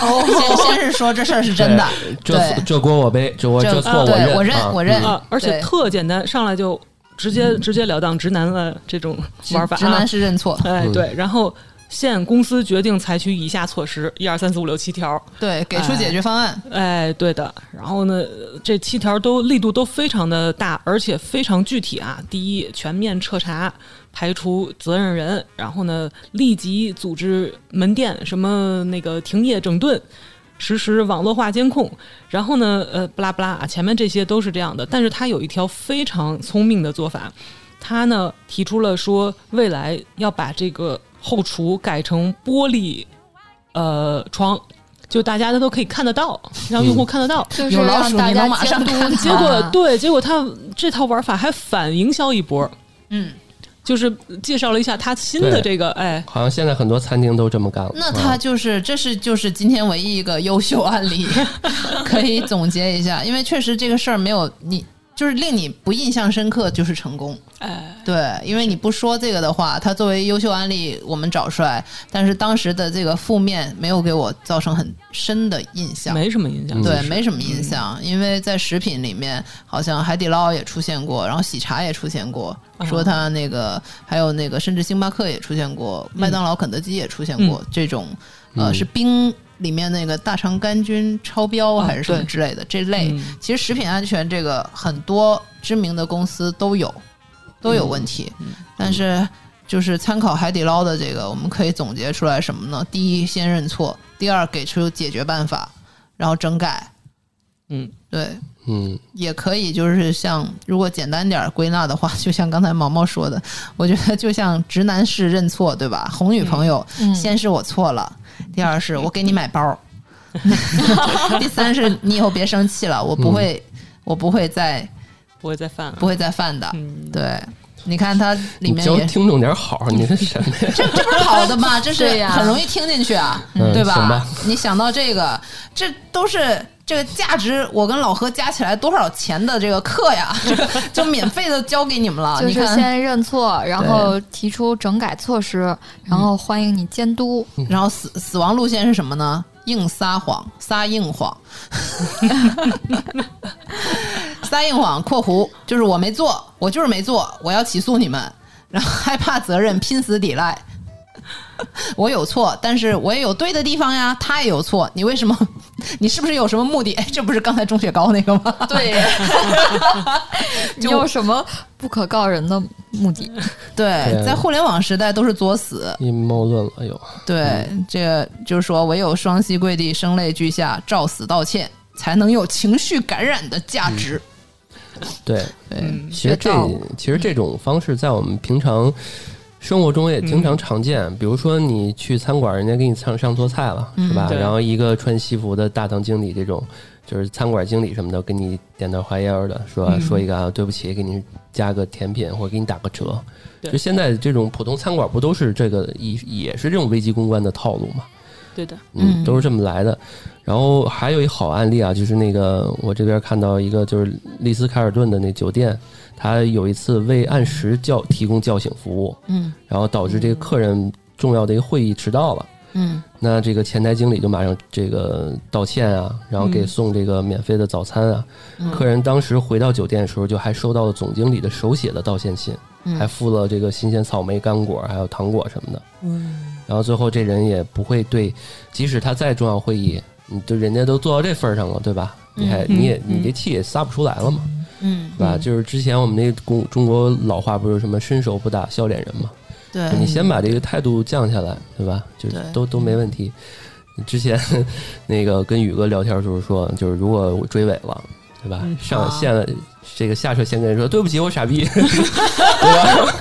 Speaker 3: 哦，先 先是说这事儿是真的，
Speaker 6: 这
Speaker 3: 对
Speaker 6: 这锅我背，这我
Speaker 3: 这
Speaker 6: 这错
Speaker 3: 对
Speaker 6: 认，
Speaker 3: 我
Speaker 6: 我
Speaker 3: 认我认
Speaker 6: 嗯
Speaker 2: 啊，而且
Speaker 3: 对嗯
Speaker 2: 特简单，上来就直接直截了当，直男的这种玩法
Speaker 3: 直男
Speaker 2: 啊，
Speaker 3: 是认错，
Speaker 2: 哎对，然后现公司决定采取以下措施：一二三四五六七条，
Speaker 3: 对，给出解决方 案，
Speaker 2: 哎，对的。然后呢，呃这七条都力度都非常的大，而且非常具体啊。第一，全面彻查，排除责任人。然后呢，立即组织门店什么那个停业整顿。实施网络化监控，然后呢，呃，不拉不拉啊，前面这些都是这样的，但是他有一条非常聪明的做法，他呢提出了说，未来要把这个后厨改成玻璃呃窗，就大家都可以看得 到，让用户看得到。
Speaker 7: 就是
Speaker 3: 有老
Speaker 7: 让
Speaker 3: 鼠
Speaker 7: 大
Speaker 3: 你
Speaker 7: 家
Speaker 3: 能马上
Speaker 7: 监督
Speaker 3: 看
Speaker 7: 它
Speaker 2: 结果对，结果他这套玩法还反营销一波，
Speaker 3: 嗯，
Speaker 2: 就是介绍了一下他新的
Speaker 6: 对
Speaker 2: 这个哎。
Speaker 6: 好像现在很多餐厅都这么干了。
Speaker 3: 那他
Speaker 6: 嗯
Speaker 3: 就是，这是就是今天唯一一个优秀案 例，可以总结一下，因为确实这个事儿没有你，就是令你不印象深刻就是成功。
Speaker 2: 哎，
Speaker 3: 对，因为你不说这个的话，它作为优秀案例我们找出来，但是当时的这个负面没有给我造成很深的印象。
Speaker 2: 哎没什么嗯印象，
Speaker 3: 对，
Speaker 2: 其实
Speaker 3: 没什么印象，因为在食品里面，好像海底捞也出现过，然后喜茶也出现过，
Speaker 2: 啊
Speaker 3: 说它那个还有那个，甚至星巴克也出现过，
Speaker 2: 嗯
Speaker 3: 麦当劳、肯德基也出现过这种，呃，
Speaker 6: 嗯
Speaker 3: 是冰里面那个大肠杆菌超标
Speaker 2: 啊
Speaker 3: 还是什么
Speaker 2: 对
Speaker 3: 之类的这类
Speaker 2: 嗯。
Speaker 3: 其实食品安全这个很多知名的公司都有都有问题，
Speaker 2: 嗯
Speaker 3: 但是。就是参考海底捞的这个，我们可以总结出来什么呢？第一，先认错；第二，给出解决办法，然后整改。
Speaker 2: 嗯，
Speaker 3: 对，
Speaker 6: 嗯，
Speaker 3: 也可以，就是像如果简单点儿归纳的话，就像刚才毛毛说的，我觉得就像直男式认错，对吧？哄女朋友，
Speaker 7: 嗯
Speaker 3: 先是我错了，第二是我给你买包 儿，第三是你以后别生气了，我不会，我不会再
Speaker 2: 不会再犯了
Speaker 3: 不。会再犯的。
Speaker 2: 嗯
Speaker 3: 对，你看它里
Speaker 6: 你
Speaker 3: 面
Speaker 6: 教
Speaker 3: 也
Speaker 6: 听众点好，你这什么呀？
Speaker 3: 这这不是好的 吗？这
Speaker 7: 对
Speaker 3: 是
Speaker 7: 呀
Speaker 3: 很容易听进去啊，
Speaker 6: 嗯
Speaker 3: 对
Speaker 6: 行
Speaker 3: 吧？
Speaker 6: 吧
Speaker 3: 你想到这个，这都是这个价值，我跟老何加起来多少钱的这个课呀？ 这个就免费的教给你们了。
Speaker 7: 就
Speaker 3: 啊你
Speaker 7: 是
Speaker 3: 看，
Speaker 7: 先认错，然后提出整改措施，然后欢迎你监督。
Speaker 3: 然后死死亡路线是什么呢？硬撒谎，撒硬谎， 撒硬谎（括弧）就是我没做，我就是没做，我要起诉你们，然后害怕责任，拼死抵赖。我有错，但是我也有对的地方呀。他也有错，你为什么？你是不是有什么目的？哎，这不是刚才钟雪糕那个吗？
Speaker 7: 对，你有什么不可告人的目的？
Speaker 3: 对
Speaker 6: 对，
Speaker 3: 在互联网时代都是作死，
Speaker 6: 阴谋论了又。
Speaker 3: 对，这个就是说，唯有双膝跪地、声泪俱下、照死道歉，才能有情绪感染的价值。
Speaker 6: 对，哎
Speaker 3: 嗯
Speaker 6: 其实这
Speaker 7: 学到了
Speaker 6: 其实这种方式在我们平常生活中也经
Speaker 2: 嗯
Speaker 6: 常常见。比如说你去餐馆，人家给你上上错菜了，是吧？
Speaker 2: 嗯对
Speaker 6: 然后一个穿西服的大堂经理这种。就是餐馆经理什么的，给你点头哈腰的说、
Speaker 2: 嗯
Speaker 6: 说一个啊，对不起，给你加个甜品或者给你打个折。
Speaker 2: 对
Speaker 6: 就现在这种普通餐馆不都是这个也也是这种危机公关的套路吗？
Speaker 2: 对的，
Speaker 6: 嗯，
Speaker 3: 嗯
Speaker 6: 都是这么来的。然后还有一好案例啊，就是那个我这边看到一个就是丽思凯尔顿的那酒店，它有一次未按时叫提供叫醒服务，
Speaker 3: 嗯
Speaker 6: 然后导致这个客人重要的一个会议迟到了。
Speaker 3: 嗯
Speaker 6: 那这个前台经理就马上这个道歉啊，然后给送这个免费的早餐啊。
Speaker 3: 嗯
Speaker 6: 客人当时回到酒店的时候，就还收到了总经理的手写的道歉信，
Speaker 3: 嗯
Speaker 6: 还附了这个新鲜草莓、干果还有糖果什么的。嗯，然后最后这人也不会对，即使他再重要会议，你就人家都做到这份儿上了，对吧？你还你也你这气也撒不出来了嘛，
Speaker 3: 嗯，
Speaker 6: 对吧？就是之前我们那中中国老话不是什么伸手不打笑脸人嘛，
Speaker 3: 对，
Speaker 6: 你先把这个态度降下来，对吧？就
Speaker 3: 对
Speaker 6: 都都没问题。之前那个跟宇哥聊天的时候说，就是如果我追尾了，对吧？上线了这个下车先跟人说对不起，我傻逼，对吧？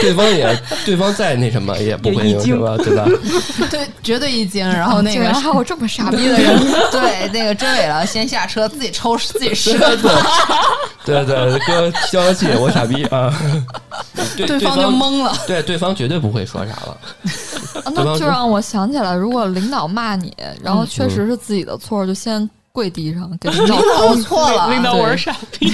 Speaker 6: 对方也对方再那什么也不会
Speaker 2: 也一
Speaker 6: 是
Speaker 2: 惊
Speaker 6: 吧？对吧？
Speaker 3: 对，绝对一惊。然后哦那
Speaker 7: 竟
Speaker 3: 个
Speaker 7: 然还有这么傻 逼
Speaker 3: 一
Speaker 7: 的
Speaker 3: 个
Speaker 7: 人
Speaker 3: 人，对，那个追尾了，先下车，自己抽，自 己射。
Speaker 6: 对对，哥消消气，我傻逼啊！对对
Speaker 3: 方就懵了，
Speaker 6: 对，对方绝对不会说啥了。
Speaker 7: 啊
Speaker 6: 对
Speaker 7: 那
Speaker 6: 方
Speaker 7: 就
Speaker 6: 说
Speaker 7: 让我想起来，如果领导骂你，然后确实是自己的错，就先跪地上给领导
Speaker 3: 搞错了，
Speaker 2: 领导
Speaker 3: 对
Speaker 2: 我是傻逼，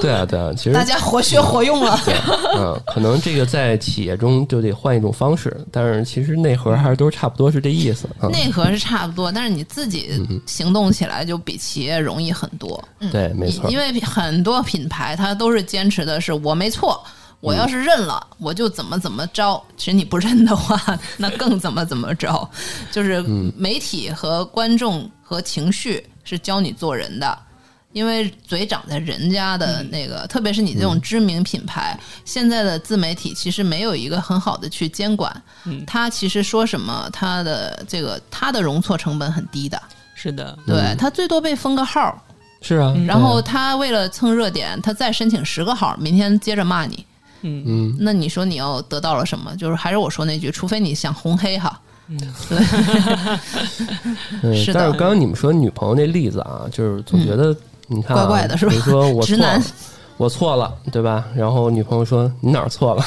Speaker 6: 对啊，对啊，其实
Speaker 3: 大家活学活用了。
Speaker 6: 对，嗯，可能这个在企业中就得换一种方式，但是其实内核还是都差不多是这意思啊。嗯
Speaker 3: 内核是差不多，但是你自己行动起来就比企业容易很多。嗯，
Speaker 6: 对，哎没
Speaker 3: 因
Speaker 6: 错
Speaker 3: 因，为很多品牌它都是坚持的是我没错，我
Speaker 6: 嗯
Speaker 3: 要是认了，我就怎么怎么着。其实你不认的话， 那更怎么怎么着。就是
Speaker 6: 嗯
Speaker 3: 媒体和观众和情绪是教你做人的。因为嘴长在人家的
Speaker 6: 嗯
Speaker 3: 那个，特别是你这种知名品牌，现在的自媒体其实没有一个很好的去监管。
Speaker 2: 嗯
Speaker 3: 它其实说什么，它的这个它的容错成本很低的，
Speaker 2: 是的，
Speaker 6: 嗯
Speaker 3: 对，它最多被封个号儿，
Speaker 6: 是啊，
Speaker 2: 嗯
Speaker 6: 对啊
Speaker 3: 然后他为了蹭热点，他再申请十个号，明天接着骂你。
Speaker 2: 嗯，
Speaker 6: 嗯，
Speaker 3: 那你说你要得到了什么？就是还是我说那句，除非你想红黑哈。是的嗯
Speaker 6: 嗯但是刚刚你们说女朋友那例子啊，就是总觉得你看、
Speaker 3: 怪
Speaker 6: 啊
Speaker 3: 怪的是吧
Speaker 6: 比如说我
Speaker 3: 直
Speaker 6: 错
Speaker 3: 男
Speaker 6: 了，我错了，对吧？然后女朋友说你哪儿 错了，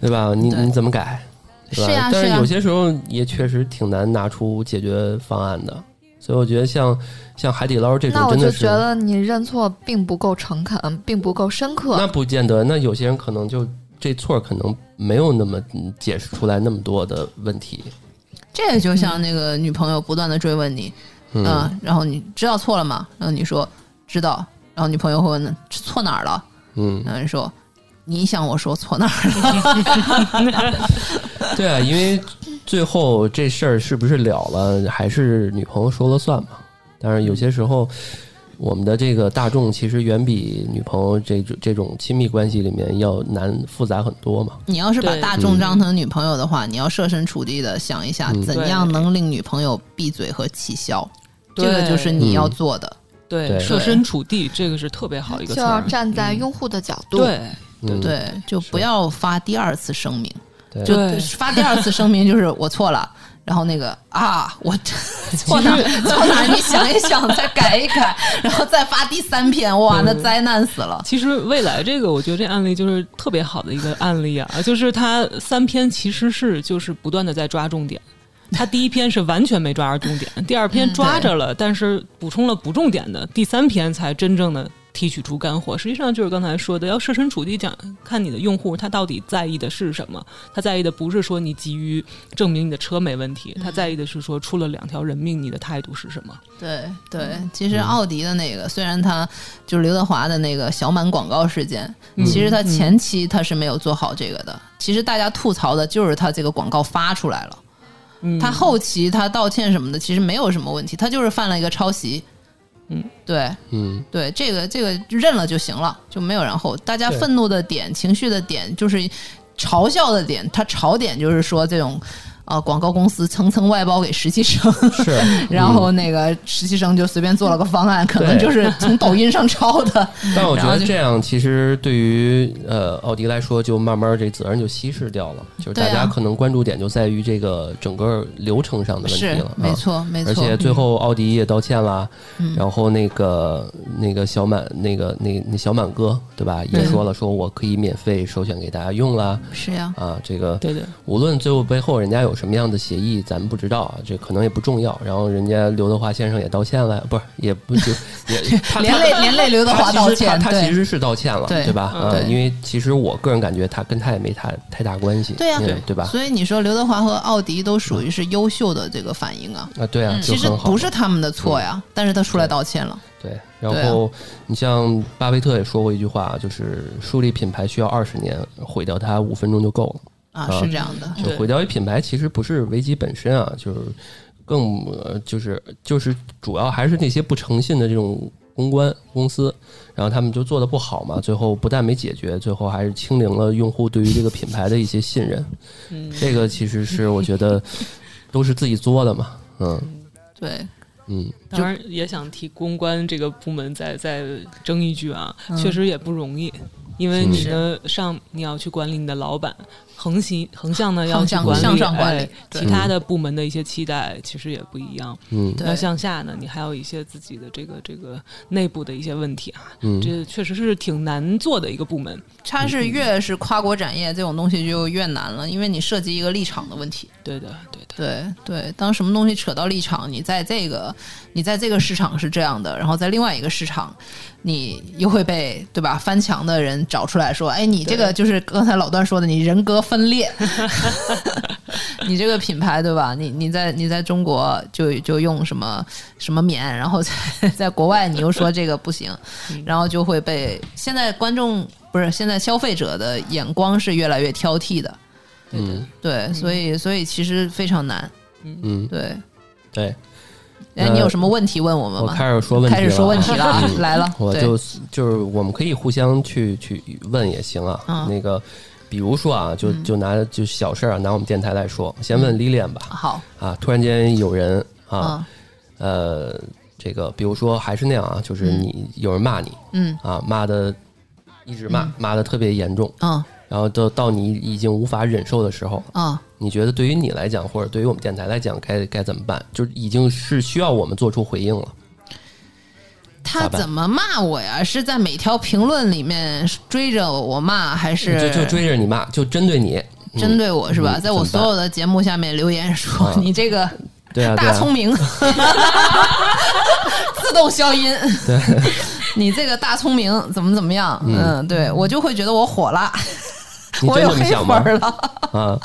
Speaker 6: 对吧？你
Speaker 3: 对
Speaker 6: 你怎么改？对吧
Speaker 3: 是呀
Speaker 6: 但
Speaker 3: 是啊呀
Speaker 6: 有些时候也确实挺难拿出解决方案的，所以我觉得像像海底捞这
Speaker 7: 那
Speaker 6: 种
Speaker 7: 我
Speaker 6: 真
Speaker 7: 就
Speaker 6: 的是
Speaker 7: 觉得你认错并不够诚恳，并不够深
Speaker 6: 那
Speaker 7: 刻。
Speaker 6: 不见得，那有些人可能就这错儿可能没有那么嗯解释出来那么多的问题，
Speaker 3: 这就像那个女朋友不断的追问你，
Speaker 6: 嗯，
Speaker 3: 嗯，然后你知道错了吗？然后你说知道，然后女朋友会问错哪儿了？
Speaker 6: 嗯
Speaker 3: 然后你说你想我说错哪儿了？
Speaker 6: 对啊，因为最后这事儿是不是了了，还是女朋友说了算嘛。当然，有些时候我们的这个大众其实远比女朋友这种这种亲密关系里面要难复杂很多嘛。
Speaker 3: 你要是把
Speaker 2: 对
Speaker 3: 大众当成女朋友的话，你要设身处地的想一下，
Speaker 6: 嗯
Speaker 3: 怎样能令女朋友闭嘴和气消？这
Speaker 2: 对
Speaker 3: 个就是你
Speaker 6: 嗯
Speaker 3: 要做的。
Speaker 2: 对，
Speaker 6: 对
Speaker 2: 设身处地这个是特别好一个
Speaker 7: 就
Speaker 2: 词
Speaker 7: 要
Speaker 2: 儿，
Speaker 7: 站在用户的角度，
Speaker 2: 对
Speaker 6: 嗯、
Speaker 3: 对，就不要发第二次声明。
Speaker 6: 对
Speaker 3: 就
Speaker 2: 对
Speaker 3: 发第二次声明就是我错了，然后那个啊，我 错哪儿错哪儿，你想一想，再改一改，然后再发第三篇，哇，那灾难死了。
Speaker 2: 其实未来这个，我觉得这案例就是特别好的一个案例啊，就是它三篇其实是就是不断的在抓重点。它第一篇是完全没抓着重点，第二篇抓着了，但是补充了不重点的，第三篇才真正的提取出干货。实际上就是刚才说的，要设身处地讲，看你的用户他到底在意的是什么。他在意的不是说你急于证明你的车没问题，他在意的是说出了两条人命，你的态度是什么。
Speaker 3: 对对，
Speaker 2: 嗯
Speaker 3: 其实奥迪的那个，虽然他就是刘德华的那个小满广告事件，
Speaker 2: 嗯
Speaker 3: 其实他前期他是没有做好这个的。其实大家吐槽的就是他这个广告发出来了，
Speaker 2: 嗯，
Speaker 3: 他后期他道歉什么的，其实没有什么问题，他就是犯了一个抄袭。
Speaker 2: 嗯，
Speaker 3: 对，
Speaker 6: 嗯，
Speaker 3: 对，这个这个认了就行了，就没有然后。大家
Speaker 6: 对
Speaker 3: 愤怒的点、情绪的点，就是嘲笑的点。他嘲点就是说这种，呃，广告公司层层外包给实习生，。
Speaker 6: 是
Speaker 3: 然后那个实习生就随便做了个方案，可能
Speaker 6: 对
Speaker 3: 就是从抖音上抄的。
Speaker 6: 嗯，但我觉
Speaker 3: 然后
Speaker 6: 得
Speaker 3: 就
Speaker 6: 这样其实对于呃奥迪来说，就慢慢这责任就稀释掉了，就是大
Speaker 3: 对
Speaker 6: 家
Speaker 3: 啊
Speaker 6: 可能关注点就在于这个整个流程上的问题
Speaker 3: 是
Speaker 6: 了，，
Speaker 3: 没
Speaker 6: 啊
Speaker 3: 错，没
Speaker 6: 而
Speaker 3: 错。嗯
Speaker 6: 且最后奥迪也道歉了，然后那个那个小满那个那那小满哥对吧，也说了说我可以免费首选给大家用啦
Speaker 3: 是呀，
Speaker 6: 啊，这个
Speaker 2: 对对。
Speaker 6: 无论最后背后人家有什么样的协议，咱们不知道啊，这可能也不重要。然后人家刘德华先生也道歉了，不是也不就 也他
Speaker 3: 连累连累刘德华
Speaker 6: 他
Speaker 3: 道
Speaker 6: 其实他
Speaker 3: 歉，
Speaker 6: 他其
Speaker 3: 对。
Speaker 6: 实是道歉了，
Speaker 3: 对嗯
Speaker 6: 对吧？啊，
Speaker 3: 对
Speaker 6: 因为其实我个人感觉他跟他也没太太大关系，
Speaker 3: 对呀、啊
Speaker 6: 嗯对吧？
Speaker 3: 所以你说刘德华和奥迪都属于是优秀的这个反应啊，
Speaker 6: 啊，对啊，就
Speaker 3: 其实
Speaker 6: 很好
Speaker 3: 不是他们的错呀，但是他出来道歉了。
Speaker 6: 对，然
Speaker 3: 对啊
Speaker 6: 后你像巴菲特也说过一句话，就是树立品牌需要二十年，毁掉它五分钟就够了。
Speaker 3: 啊，
Speaker 6: 啊
Speaker 3: 是这样的，
Speaker 6: 就
Speaker 2: 对
Speaker 6: 毁掉一品牌，其实不是危机本身啊，就是更呃就是就是主要还是那些不诚信的这种公关公司，然后他们就做的不好嘛，最后不但没解决，最后还是清零了用户对于这个品牌的一些信任。
Speaker 2: 嗯
Speaker 6: 这个其实是我觉得都是自己作的嘛，嗯
Speaker 3: 对，
Speaker 6: 嗯，
Speaker 2: 当然也想替公关这个部门再再争一句啊，
Speaker 3: 嗯
Speaker 2: 确实也不容易，因为你的上你要去管理你的老板，横行横向呢要
Speaker 3: 横
Speaker 2: 去
Speaker 3: 向
Speaker 2: 管理
Speaker 3: 向上管理
Speaker 2: 哎
Speaker 3: 对
Speaker 2: 其他的部门的一些期待其实也不一样。
Speaker 6: 嗯
Speaker 3: 对
Speaker 2: 要向下呢，你还有一些自己的这个这个内部的一些问题啊，
Speaker 6: 嗯
Speaker 2: 这确实是挺难做的一个部门。
Speaker 3: 它是越是跨国展业这种东西就越难了，因为你涉及一个立场的问题。
Speaker 2: 对的，对的，
Speaker 3: 对对，当什么东西扯到立场，你在这个你在这个市场是这样的，然后在另外一个市场，你又会被对吧翻墙的人找出来说，哎，你这个就是刚才老段说的，你人格分裂， 你这个品牌对吧？你你在你在中国就就用什么什么棉，然后在 在国外你又说这个不行，然后就会被现在观众不是现在消费者的眼光是越来越挑剔的。
Speaker 2: 对的，
Speaker 3: 对，所以所以其实非常难。
Speaker 6: 嗯，
Speaker 3: 对，
Speaker 6: 对。
Speaker 3: 哎，
Speaker 6: 呃
Speaker 3: 你有什么问题问我们
Speaker 6: 我
Speaker 3: 吗？
Speaker 6: 开始说问题了，嗯
Speaker 3: 开始说问题了啊，来了，
Speaker 6: 我
Speaker 3: 对
Speaker 6: 就就是我们可以互相去去问也行啊。
Speaker 3: 嗯
Speaker 6: 那个，比如说啊，就就拿就小事儿啊，拿我们电台来说，先问 Lilian 吧。
Speaker 3: 好
Speaker 6: 啊，突然间有人啊，
Speaker 3: 嗯
Speaker 6: 呃，这个，比如说还是那样啊，就是你有人骂你
Speaker 3: 嗯
Speaker 6: 啊，骂的一直骂，骂的特别严重，
Speaker 3: 嗯
Speaker 6: 然后到到你已经无法忍受的时候，
Speaker 3: 嗯
Speaker 6: 你觉得对于你来讲，或者对于我们电台来讲，该该怎么办？就是已经是需要我们做出回应了。
Speaker 3: 他
Speaker 6: 咋办
Speaker 3: 怎么骂我呀？是在每条评论里面追着我骂，还是
Speaker 6: 就就追着你骂，就针对你，嗯
Speaker 3: 针对我是吧？
Speaker 6: 嗯
Speaker 3: 在我
Speaker 6: 怎么办
Speaker 3: 所有的节目下面留言说、
Speaker 6: 啊
Speaker 3: 你这个
Speaker 6: 对啊，对
Speaker 3: 大
Speaker 6: 啊
Speaker 3: 聪， 明，自动消音。对， 你这个大聪明怎么怎么样？嗯，对我就会觉得我火了，
Speaker 6: 你
Speaker 3: 我
Speaker 6: 真
Speaker 3: 有
Speaker 6: 这么
Speaker 3: 黑
Speaker 6: 想
Speaker 3: 粉
Speaker 6: 吗？
Speaker 3: 儿了。
Speaker 6: 啊，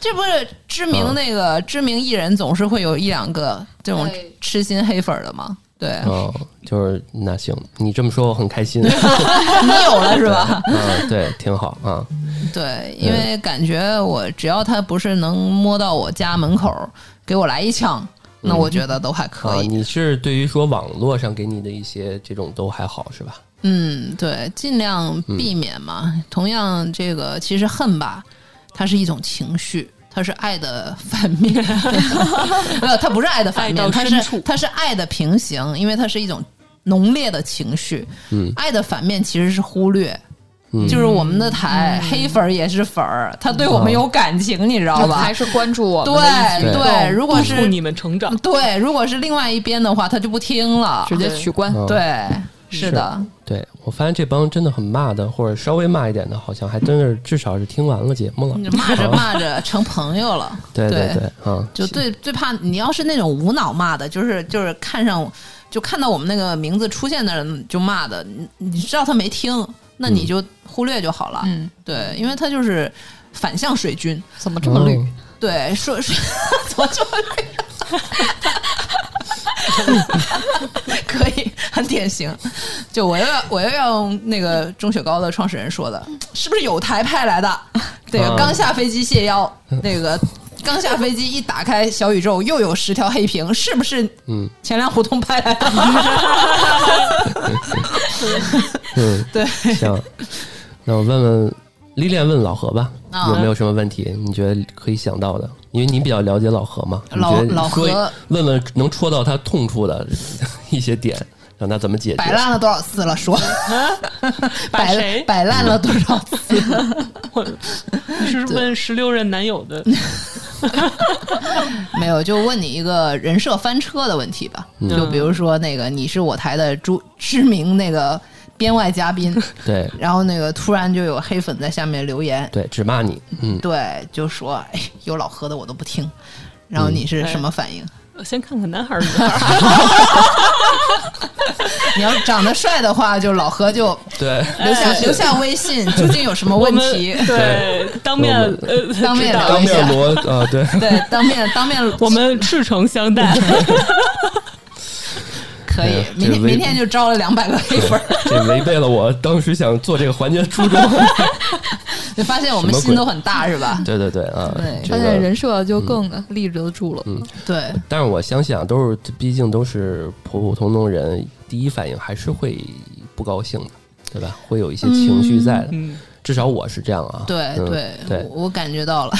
Speaker 3: 这不是知名那个、知名艺人总是会有一两个这种
Speaker 7: 对
Speaker 3: 痴心黑粉儿的吗？对，
Speaker 6: 哦，就是那行，你这么说我很开心，
Speaker 3: 你有了 是吧？
Speaker 6: 嗯，对，挺好啊，
Speaker 3: 嗯对，因为感觉我只要他不是能摸到我家门口儿给我来一枪，那我觉得都还
Speaker 6: 啊
Speaker 3: 可，以。
Speaker 6: 你是对于说网络上给你的一些这种都还好是吧？
Speaker 3: 嗯，对，尽量避免嘛。同样，这个其实恨吧，它是一种情绪。它是爱的反 面，没有，它不是爱的反
Speaker 2: 爱
Speaker 3: 面，
Speaker 2: 到
Speaker 3: 它
Speaker 2: 深
Speaker 3: 是
Speaker 2: 处
Speaker 3: 它是爱的平行，因为它是一种浓烈的情绪。
Speaker 6: 嗯
Speaker 3: 爱的反面其实是忽略，
Speaker 6: 嗯
Speaker 3: 就是我们的台、黑粉儿也是粉儿，他对我们有感情，你知道吧？
Speaker 7: 还是关注我们的一举
Speaker 3: 对
Speaker 7: 一动
Speaker 3: 对，如果
Speaker 2: 祝
Speaker 3: 是
Speaker 2: 你们成长。
Speaker 3: 对，如果是另外一边的话，他就不听了。
Speaker 7: 直接取关。
Speaker 6: 嗯，
Speaker 3: 对，是的，
Speaker 6: 对，我发现这帮真的很骂的，或者稍微骂一点的，好像还真是至少是听完了节目了，
Speaker 3: 你骂着
Speaker 6: 啊
Speaker 3: 骂着成朋友了。
Speaker 6: 对
Speaker 3: 嗯对
Speaker 6: 对，啊，
Speaker 3: 就最最怕你要是那种无脑骂的，就是就是看上就看到我们那个名字出现的人就骂的，你你知道他没听，那你就忽略就好了。
Speaker 7: 嗯，
Speaker 3: 对，因为他就是反向水军。
Speaker 7: 怎么这么绿？
Speaker 6: 嗯
Speaker 3: 对，说说 怎么这么累？可以，很典型。就我又要我又要用那个钟雪糕的创始人说的，是不是有台派来的？对
Speaker 6: 啊，
Speaker 3: 刚下飞机谢邀，那个刚下飞机一打开小宇宙，又有十条黑屏，是不是？
Speaker 6: 嗯，
Speaker 3: 钱粮胡同派来的？
Speaker 6: 嗯，
Speaker 3: 对，
Speaker 6: 行，那我问问丽莲问老何吧，
Speaker 3: 啊
Speaker 6: 有没有什么问题？你觉得可以想到的？因为你比较了解老何嘛，你
Speaker 3: 老
Speaker 6: 觉得
Speaker 3: 老
Speaker 6: 说
Speaker 3: 何
Speaker 6: 问问能戳到他痛处的 一些点，让他怎么解决？
Speaker 3: 摆烂了多少次了？说
Speaker 2: 把
Speaker 3: 摆
Speaker 2: 谁
Speaker 3: 摆烂了多少次？
Speaker 2: 我你是问十六任男友 的，
Speaker 3: 没有，就问你一个人设翻车的问题吧。
Speaker 6: 嗯
Speaker 3: 就比如说那个你是我台的知知名那个编外嘉宾，
Speaker 6: 对
Speaker 3: 然后那个突然就有黑粉在下面留言，
Speaker 6: 对，只骂你，嗯，
Speaker 3: 对，就说哎有老何的我都不听，然后你
Speaker 2: 嗯
Speaker 3: 是什么反应？
Speaker 2: 我先看看男 孩儿女孩儿。
Speaker 3: 你要长得帅的话，就老何就
Speaker 6: 对，
Speaker 3: 留下、留下微信，究竟有什么
Speaker 2: 哎我
Speaker 3: 问
Speaker 2: 们
Speaker 3: 题？
Speaker 2: 对 当面
Speaker 6: 我
Speaker 2: 呃
Speaker 3: 当面
Speaker 2: 知道
Speaker 3: 聊
Speaker 6: 当
Speaker 3: 一下
Speaker 6: 面锣啊，对，
Speaker 3: 对，当面当面
Speaker 2: 我们赤诚相待。
Speaker 3: 可以
Speaker 6: 哎呀，
Speaker 3: 明
Speaker 6: 这
Speaker 3: 天
Speaker 6: 微
Speaker 3: 明天就招了两百个黑粉儿，
Speaker 6: 这违背了我当时想做这个环节的初衷。
Speaker 3: 就发现我们
Speaker 6: 什么
Speaker 3: 心
Speaker 6: 鬼
Speaker 3: 都很大，是吧？
Speaker 6: 对对对啊，
Speaker 3: 对
Speaker 6: 这
Speaker 7: 发
Speaker 6: 个
Speaker 7: 现人设就更立得住了。
Speaker 3: 对，
Speaker 6: 但是我相信啊，都是毕竟都是普普通通人，第一反应还是会不高兴的，对吧？会有一些情绪在的，
Speaker 2: 嗯，
Speaker 6: 至少我是这样啊。
Speaker 3: 对
Speaker 6: 嗯
Speaker 3: 对，
Speaker 6: 对
Speaker 3: 我我感觉到了，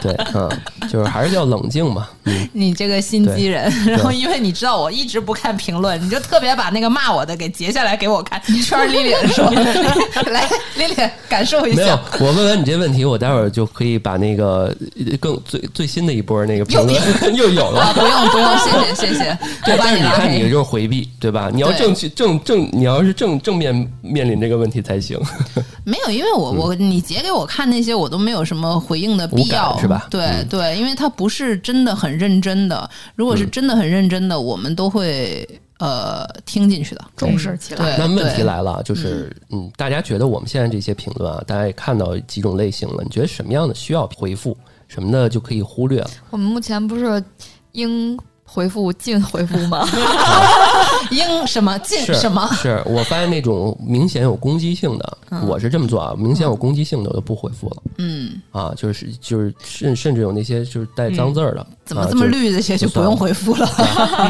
Speaker 6: 对，嗯， 就是还是要冷静嘛。嗯，
Speaker 3: 你这个心机人。然后
Speaker 6: 对
Speaker 3: 因为你知道我一直不看评论，你就特别把那个骂我的给截下来给我看，圈儿丽丽说， 来丽丽感受一
Speaker 6: 没有
Speaker 3: 下。，
Speaker 6: 我问完你这问题，我待会儿就可以把那个呃更最最新的一波那个评论 又有
Speaker 3: 啊，
Speaker 6: 了。
Speaker 3: 不用不用，谢谢谢谢，
Speaker 6: 对
Speaker 3: 我，把
Speaker 6: 但是你
Speaker 3: 拉
Speaker 6: 看，你
Speaker 3: 黑。
Speaker 6: 就是回避，对吧？你要
Speaker 3: 对
Speaker 6: 正去正正，你要是正正面面临这个问题才行。
Speaker 3: 没有，因为
Speaker 6: 嗯
Speaker 3: 我我你截给我看那些，我都没有什么回应的必
Speaker 6: 无
Speaker 3: 要，
Speaker 6: 感是吧
Speaker 3: 对、
Speaker 6: 嗯
Speaker 3: 对，因为他不是真的很认真的，如果是真的很认真的，我们都会呃听进去的。
Speaker 7: 重视起来。
Speaker 3: 对，
Speaker 6: 那问题
Speaker 3: 对
Speaker 6: 来了，就是嗯，大家觉得我们现在这些评论啊，大家也看到几种类型了，你觉得什么样的需要回复，什么的就可以忽略了？
Speaker 7: 我们目前不是应回复尽回复吗？
Speaker 3: 应什么进
Speaker 6: 是啊
Speaker 3: 什么，嗯
Speaker 6: 是我发现那种明显有攻击性的，我是这么做啊，明显有攻击性的我就不回复了。嗯，啊，就是就是甚甚至有那些就是带脏字儿的，
Speaker 3: 嗯怎么
Speaker 6: 啊
Speaker 3: 这么
Speaker 6: 就是
Speaker 3: 绿这些就不用回复了。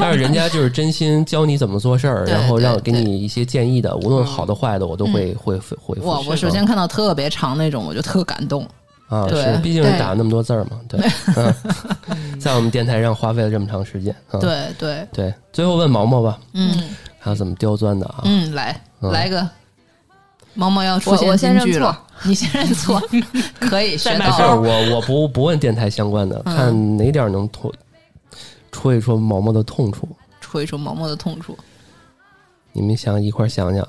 Speaker 6: 但是人家就是真心教你怎么做事儿，
Speaker 3: 啊对
Speaker 6: 然后
Speaker 3: 对嗯
Speaker 6: 让给你一些建议的，无论好的坏的，我都会会会回复。
Speaker 3: 哇，我首先看到特别长那种，我就特感动。
Speaker 6: 啊，
Speaker 3: 对
Speaker 6: 是，毕竟是
Speaker 7: 对
Speaker 6: 打了那么多字儿嘛， 对，嗯，在我们电台上花费了这么长时间，啊、
Speaker 3: 对对，
Speaker 6: 对，最后问毛毛吧，
Speaker 3: 嗯
Speaker 6: 还有怎么刁钻的啊？
Speaker 3: 嗯，来
Speaker 6: 嗯
Speaker 3: 来个。毛毛要出
Speaker 7: 我
Speaker 3: 现
Speaker 7: 我先
Speaker 3: 金句
Speaker 7: 认错
Speaker 3: 了， 你先认错，可以学
Speaker 2: 再买
Speaker 6: 没
Speaker 3: 到
Speaker 6: 事
Speaker 3: 了
Speaker 6: 儿，我我不不问电台相关的，
Speaker 3: 哦嗯
Speaker 6: 看哪点儿能戳戳一戳毛毛的痛处，
Speaker 3: 戳一戳毛毛的痛处。
Speaker 6: 你们想一块儿想想。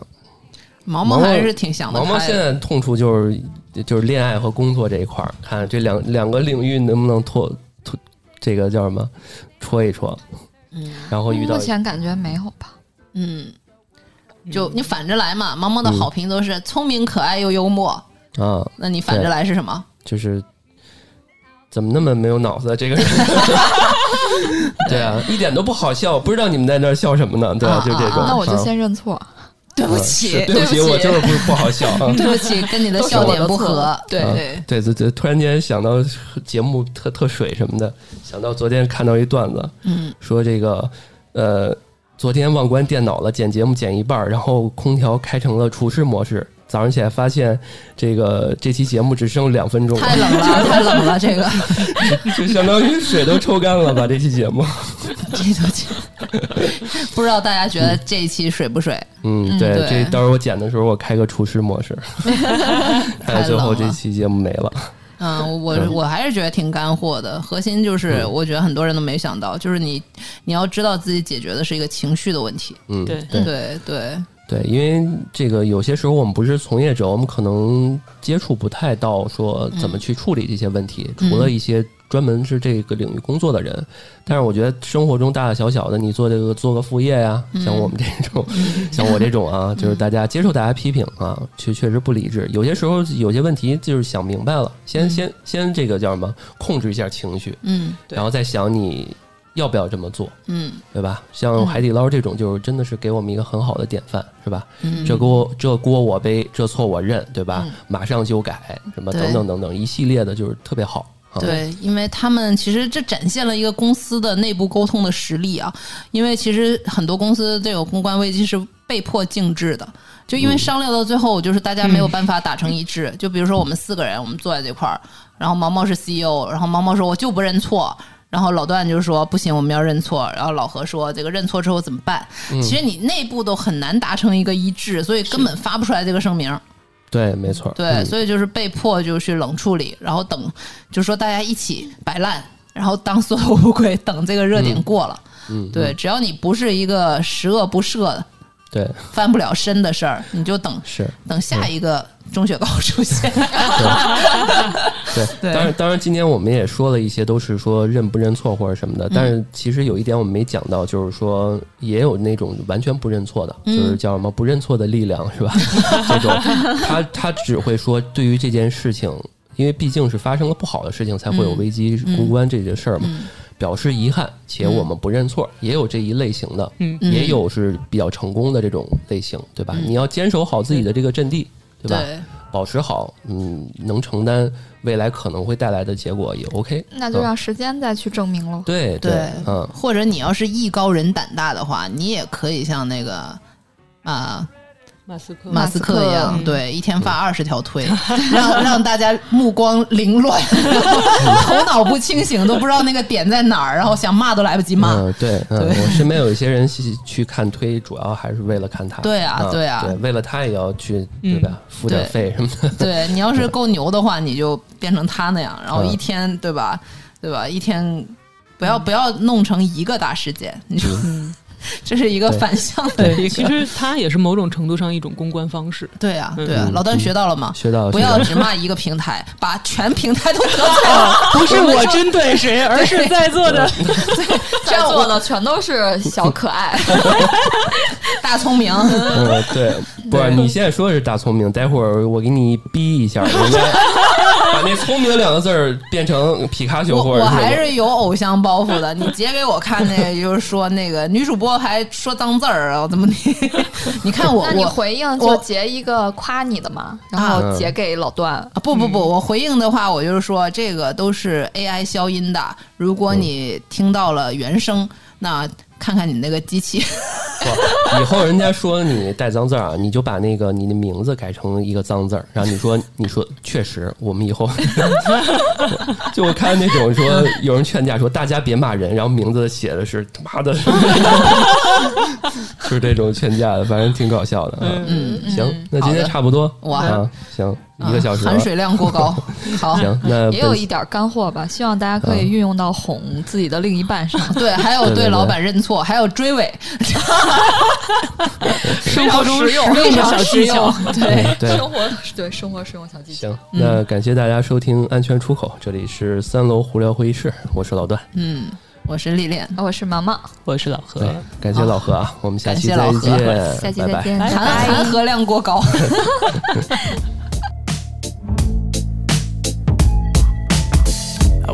Speaker 3: 毛
Speaker 6: 毛
Speaker 3: 毛
Speaker 6: 毛
Speaker 3: 还是挺想得
Speaker 6: 毛毛
Speaker 3: 开
Speaker 6: 现
Speaker 3: 的，
Speaker 6: 在痛处就是就是恋爱和工作这一块儿，看这两两个领域能不能拓拓这个叫什么戳一戳，
Speaker 3: 嗯
Speaker 6: 然后遇到
Speaker 7: 目前感觉没有吧？
Speaker 3: 嗯，就你反着来嘛。毛毛
Speaker 6: 嗯
Speaker 3: 的好评都是聪明、可爱又幽默，
Speaker 6: 啊，
Speaker 3: 那你反着来是什么？
Speaker 6: 就是怎么那么没有脑子啊这个人。对啊，一点都不好笑，不知道你们在那儿笑什么呢？对吧、
Speaker 3: 啊
Speaker 6: 就这种。
Speaker 3: 啊
Speaker 7: 那我就
Speaker 6: 啊
Speaker 7: 先认错。
Speaker 3: 对不
Speaker 6: 啊
Speaker 3: 起，
Speaker 6: 是对
Speaker 3: 不
Speaker 6: 起，我就是不不好笑。啊
Speaker 3: 对不起，跟你的笑点不合。对
Speaker 6: 啊
Speaker 3: 对，
Speaker 6: 对对对，突然间想到节目特特水什么的，想到昨天看到一段子，
Speaker 3: 嗯，
Speaker 6: 说这个呃，昨天忘关电脑了，剪节目剪一半儿，然后空调开成了厨师模式，早上起来发现这个这期节目只剩两分钟了
Speaker 3: 太，冷了，太冷了，这个
Speaker 6: 就相当于水都抽干了吧这期节 目。
Speaker 3: 这都行不知道大家觉得这一期水不水？
Speaker 6: 嗯，
Speaker 7: 嗯
Speaker 6: 对，
Speaker 3: 对
Speaker 6: 这到时候我剪的时候我开个厨师 模式，但是最后
Speaker 3: 太冷
Speaker 6: 这
Speaker 3: 了
Speaker 6: 期节目没了。
Speaker 3: 嗯，我我还是觉得挺干货的。核心就是，我觉得很多人都没想到，就是你你要知道自己解决的是一个情绪的问题。
Speaker 6: 嗯，
Speaker 2: 对
Speaker 6: 对
Speaker 3: 对对，
Speaker 6: 对，因为这个有些时候我们不是从业者，我们可能接触不太到说怎么去处理这些问题，除了一些专门是这个领域工作的人。但是我觉得生活中大大小小的，你做这个做个副业呀、像我们这种，像我这种啊，就是大家接受大家批评啊，确确实不理智。有些时候有些问题就是想明白了，先先先这个叫什么，控制一下情绪，
Speaker 3: 嗯
Speaker 6: 然后再想你要不要这么做。
Speaker 3: 嗯
Speaker 6: 对吧？像海底捞这种，就是真的是给我们一个很好的典范，是吧？
Speaker 3: 嗯，
Speaker 6: 这锅这锅我背，这错我认，对吧？马上修改，什么
Speaker 3: 对
Speaker 6: 等等等等，一系列的就是特别好。啊，
Speaker 3: 对，因为他们其实这展现了一个公司的内部沟通的实力啊。因为其实很多公司这种公关危机是被迫静置的，就因为商量到最后，就是大家没有办法达成一致。就比如说我们四个人，我们坐在这块儿，然后毛毛是 CEO，然后毛毛说我就不认错。然后老段就说不行，我们要认错。然后老何说这个认错之后怎么办？其实你内部都很难达成一个一致，所以根本发不出来这个声明。
Speaker 6: 对，没错。
Speaker 3: 对，
Speaker 6: 嗯
Speaker 3: 所以就是被迫就去冷处理，然后等，就说大家一起摆烂，然后当缩头乌龟，等这个热点过了。
Speaker 6: 嗯，
Speaker 3: 对，只要你不是一个十恶不赦的、
Speaker 6: 对，
Speaker 3: 翻不了身的事儿，你就等
Speaker 6: 是。
Speaker 3: 等下一个钟雪糕出 现。
Speaker 6: 对，
Speaker 3: 对
Speaker 6: 当然，当然，今天我们也说了一些，都是说认不认错或者什么的。但是其实有一点我们没讲到，就是说也有那种完全不认错的，就是叫什么不认错的力量，是吧？这种他他只会说对于这件事情，因为毕竟是发生了不好的事情才会有危机公关这件事儿嘛。表示遗憾，且我们不认错，也有这一类型的，
Speaker 2: 嗯
Speaker 6: 也有是比较成功的这种类型，对吧？你要坚守好自己的这个阵地，对吧？
Speaker 3: 对，
Speaker 6: 保持好，嗯，能承担未来可能会带来的结果也 OK。啊
Speaker 7: 那就让时间再去证明喽。
Speaker 6: 对
Speaker 3: 对
Speaker 6: 嗯，
Speaker 3: 或者你要是艺高人胆大的话，你也可以像那个。啊，
Speaker 2: 马斯克
Speaker 3: 马斯克嗯一
Speaker 7: 马斯
Speaker 3: 样，
Speaker 7: 克
Speaker 3: 对，一天发二十条 推，让让大家目光凌乱， 头脑不清醒，都不知道那个点在哪儿，然后想骂都来不及骂。
Speaker 6: 嗯，对，嗯，
Speaker 3: 对
Speaker 6: 我身边有一些人去去看推，主要还是为了看他。
Speaker 3: 对啊
Speaker 6: 对
Speaker 3: 对啊嗯
Speaker 6: 对，为了他也要去，对吧？付点费什么的。
Speaker 3: 对你要是够牛的话，你就变成他那样，然后一天、对吧？对吧？一天不要不要弄成一个大事件，你就、 这是一个
Speaker 6: 对
Speaker 3: 反向的一
Speaker 2: 对，
Speaker 3: 个。
Speaker 2: 其实它也是某种程度上一种公关方式。
Speaker 3: 对啊，
Speaker 2: 嗯
Speaker 3: 对啊，老段学到了吗？
Speaker 6: 学到了
Speaker 3: 不
Speaker 6: 学到
Speaker 3: 要
Speaker 6: 了
Speaker 3: 只骂一个平台，把全平台都得罪了。
Speaker 2: 不是
Speaker 3: 我
Speaker 2: 我针对谁，而是在座的
Speaker 3: 这样
Speaker 7: 做
Speaker 3: 我
Speaker 7: 的全都是小可爱，
Speaker 3: 大聪明，
Speaker 6: 嗯，对，不是你现在说的是大聪明，待会儿我给你逼 一下，人家把那“聪明”两个字儿变成皮卡丘
Speaker 3: 我
Speaker 6: 或者
Speaker 3: 我还
Speaker 6: 什么
Speaker 3: 是有偶像包袱的。你截给我看那个，就是说那个女主播还说脏字儿，然啊后怎么你？ 你看我
Speaker 7: 那你
Speaker 3: 我
Speaker 7: 回应
Speaker 3: 我
Speaker 7: 就截一个夸你的嘛，然
Speaker 6: 嗯
Speaker 7: 后截给老段。
Speaker 3: 啊，不不
Speaker 7: 嗯
Speaker 3: 不，我回应的话，我就是说这个都是 AI 消
Speaker 6: 嗯
Speaker 3: 音的。如果你听到了原声，那看看你那个机器，
Speaker 6: 不以后人家说你带脏字儿啊，你就把那个你的名字改成一个脏字儿，然后你说 你说确实，我们以后 就我看那种说有人劝架说大家别骂人，然后名字写的是他妈的， 就是这种劝架的，反正挺搞笑的。嗯，行，那今天差不多
Speaker 3: 哇
Speaker 6: 啊，行，一个小时了
Speaker 3: 含水量过 高。好，
Speaker 6: 行，那
Speaker 7: 也有
Speaker 6: 本
Speaker 7: 一点干货吧，希望大家
Speaker 6: 嗯
Speaker 7: 可以运用到哄自己的另一半上。
Speaker 3: 对，还有
Speaker 6: 对对
Speaker 3: 对
Speaker 6: 对
Speaker 3: 老板认错，还有追 尾，
Speaker 2: 生活中
Speaker 7: 实用
Speaker 2: 实用的小技巧。
Speaker 3: 对，
Speaker 6: 嗯对
Speaker 7: 生活对生活实用小技巧。
Speaker 6: 行，那感谢大家收听《安全出口》，这里是三楼胡聊会议室，我是老段。
Speaker 3: 嗯，我是历练，
Speaker 7: 我是毛毛，
Speaker 2: 我是老何
Speaker 6: 对，，感谢老何啊，我们下期
Speaker 3: 感谢
Speaker 6: 再
Speaker 3: 老何
Speaker 6: 见，
Speaker 7: 下期
Speaker 6: 呃拜
Speaker 7: 再
Speaker 6: 拜
Speaker 7: 见，拜
Speaker 3: 含
Speaker 7: 拜。
Speaker 3: 含荷量过高。
Speaker 8: I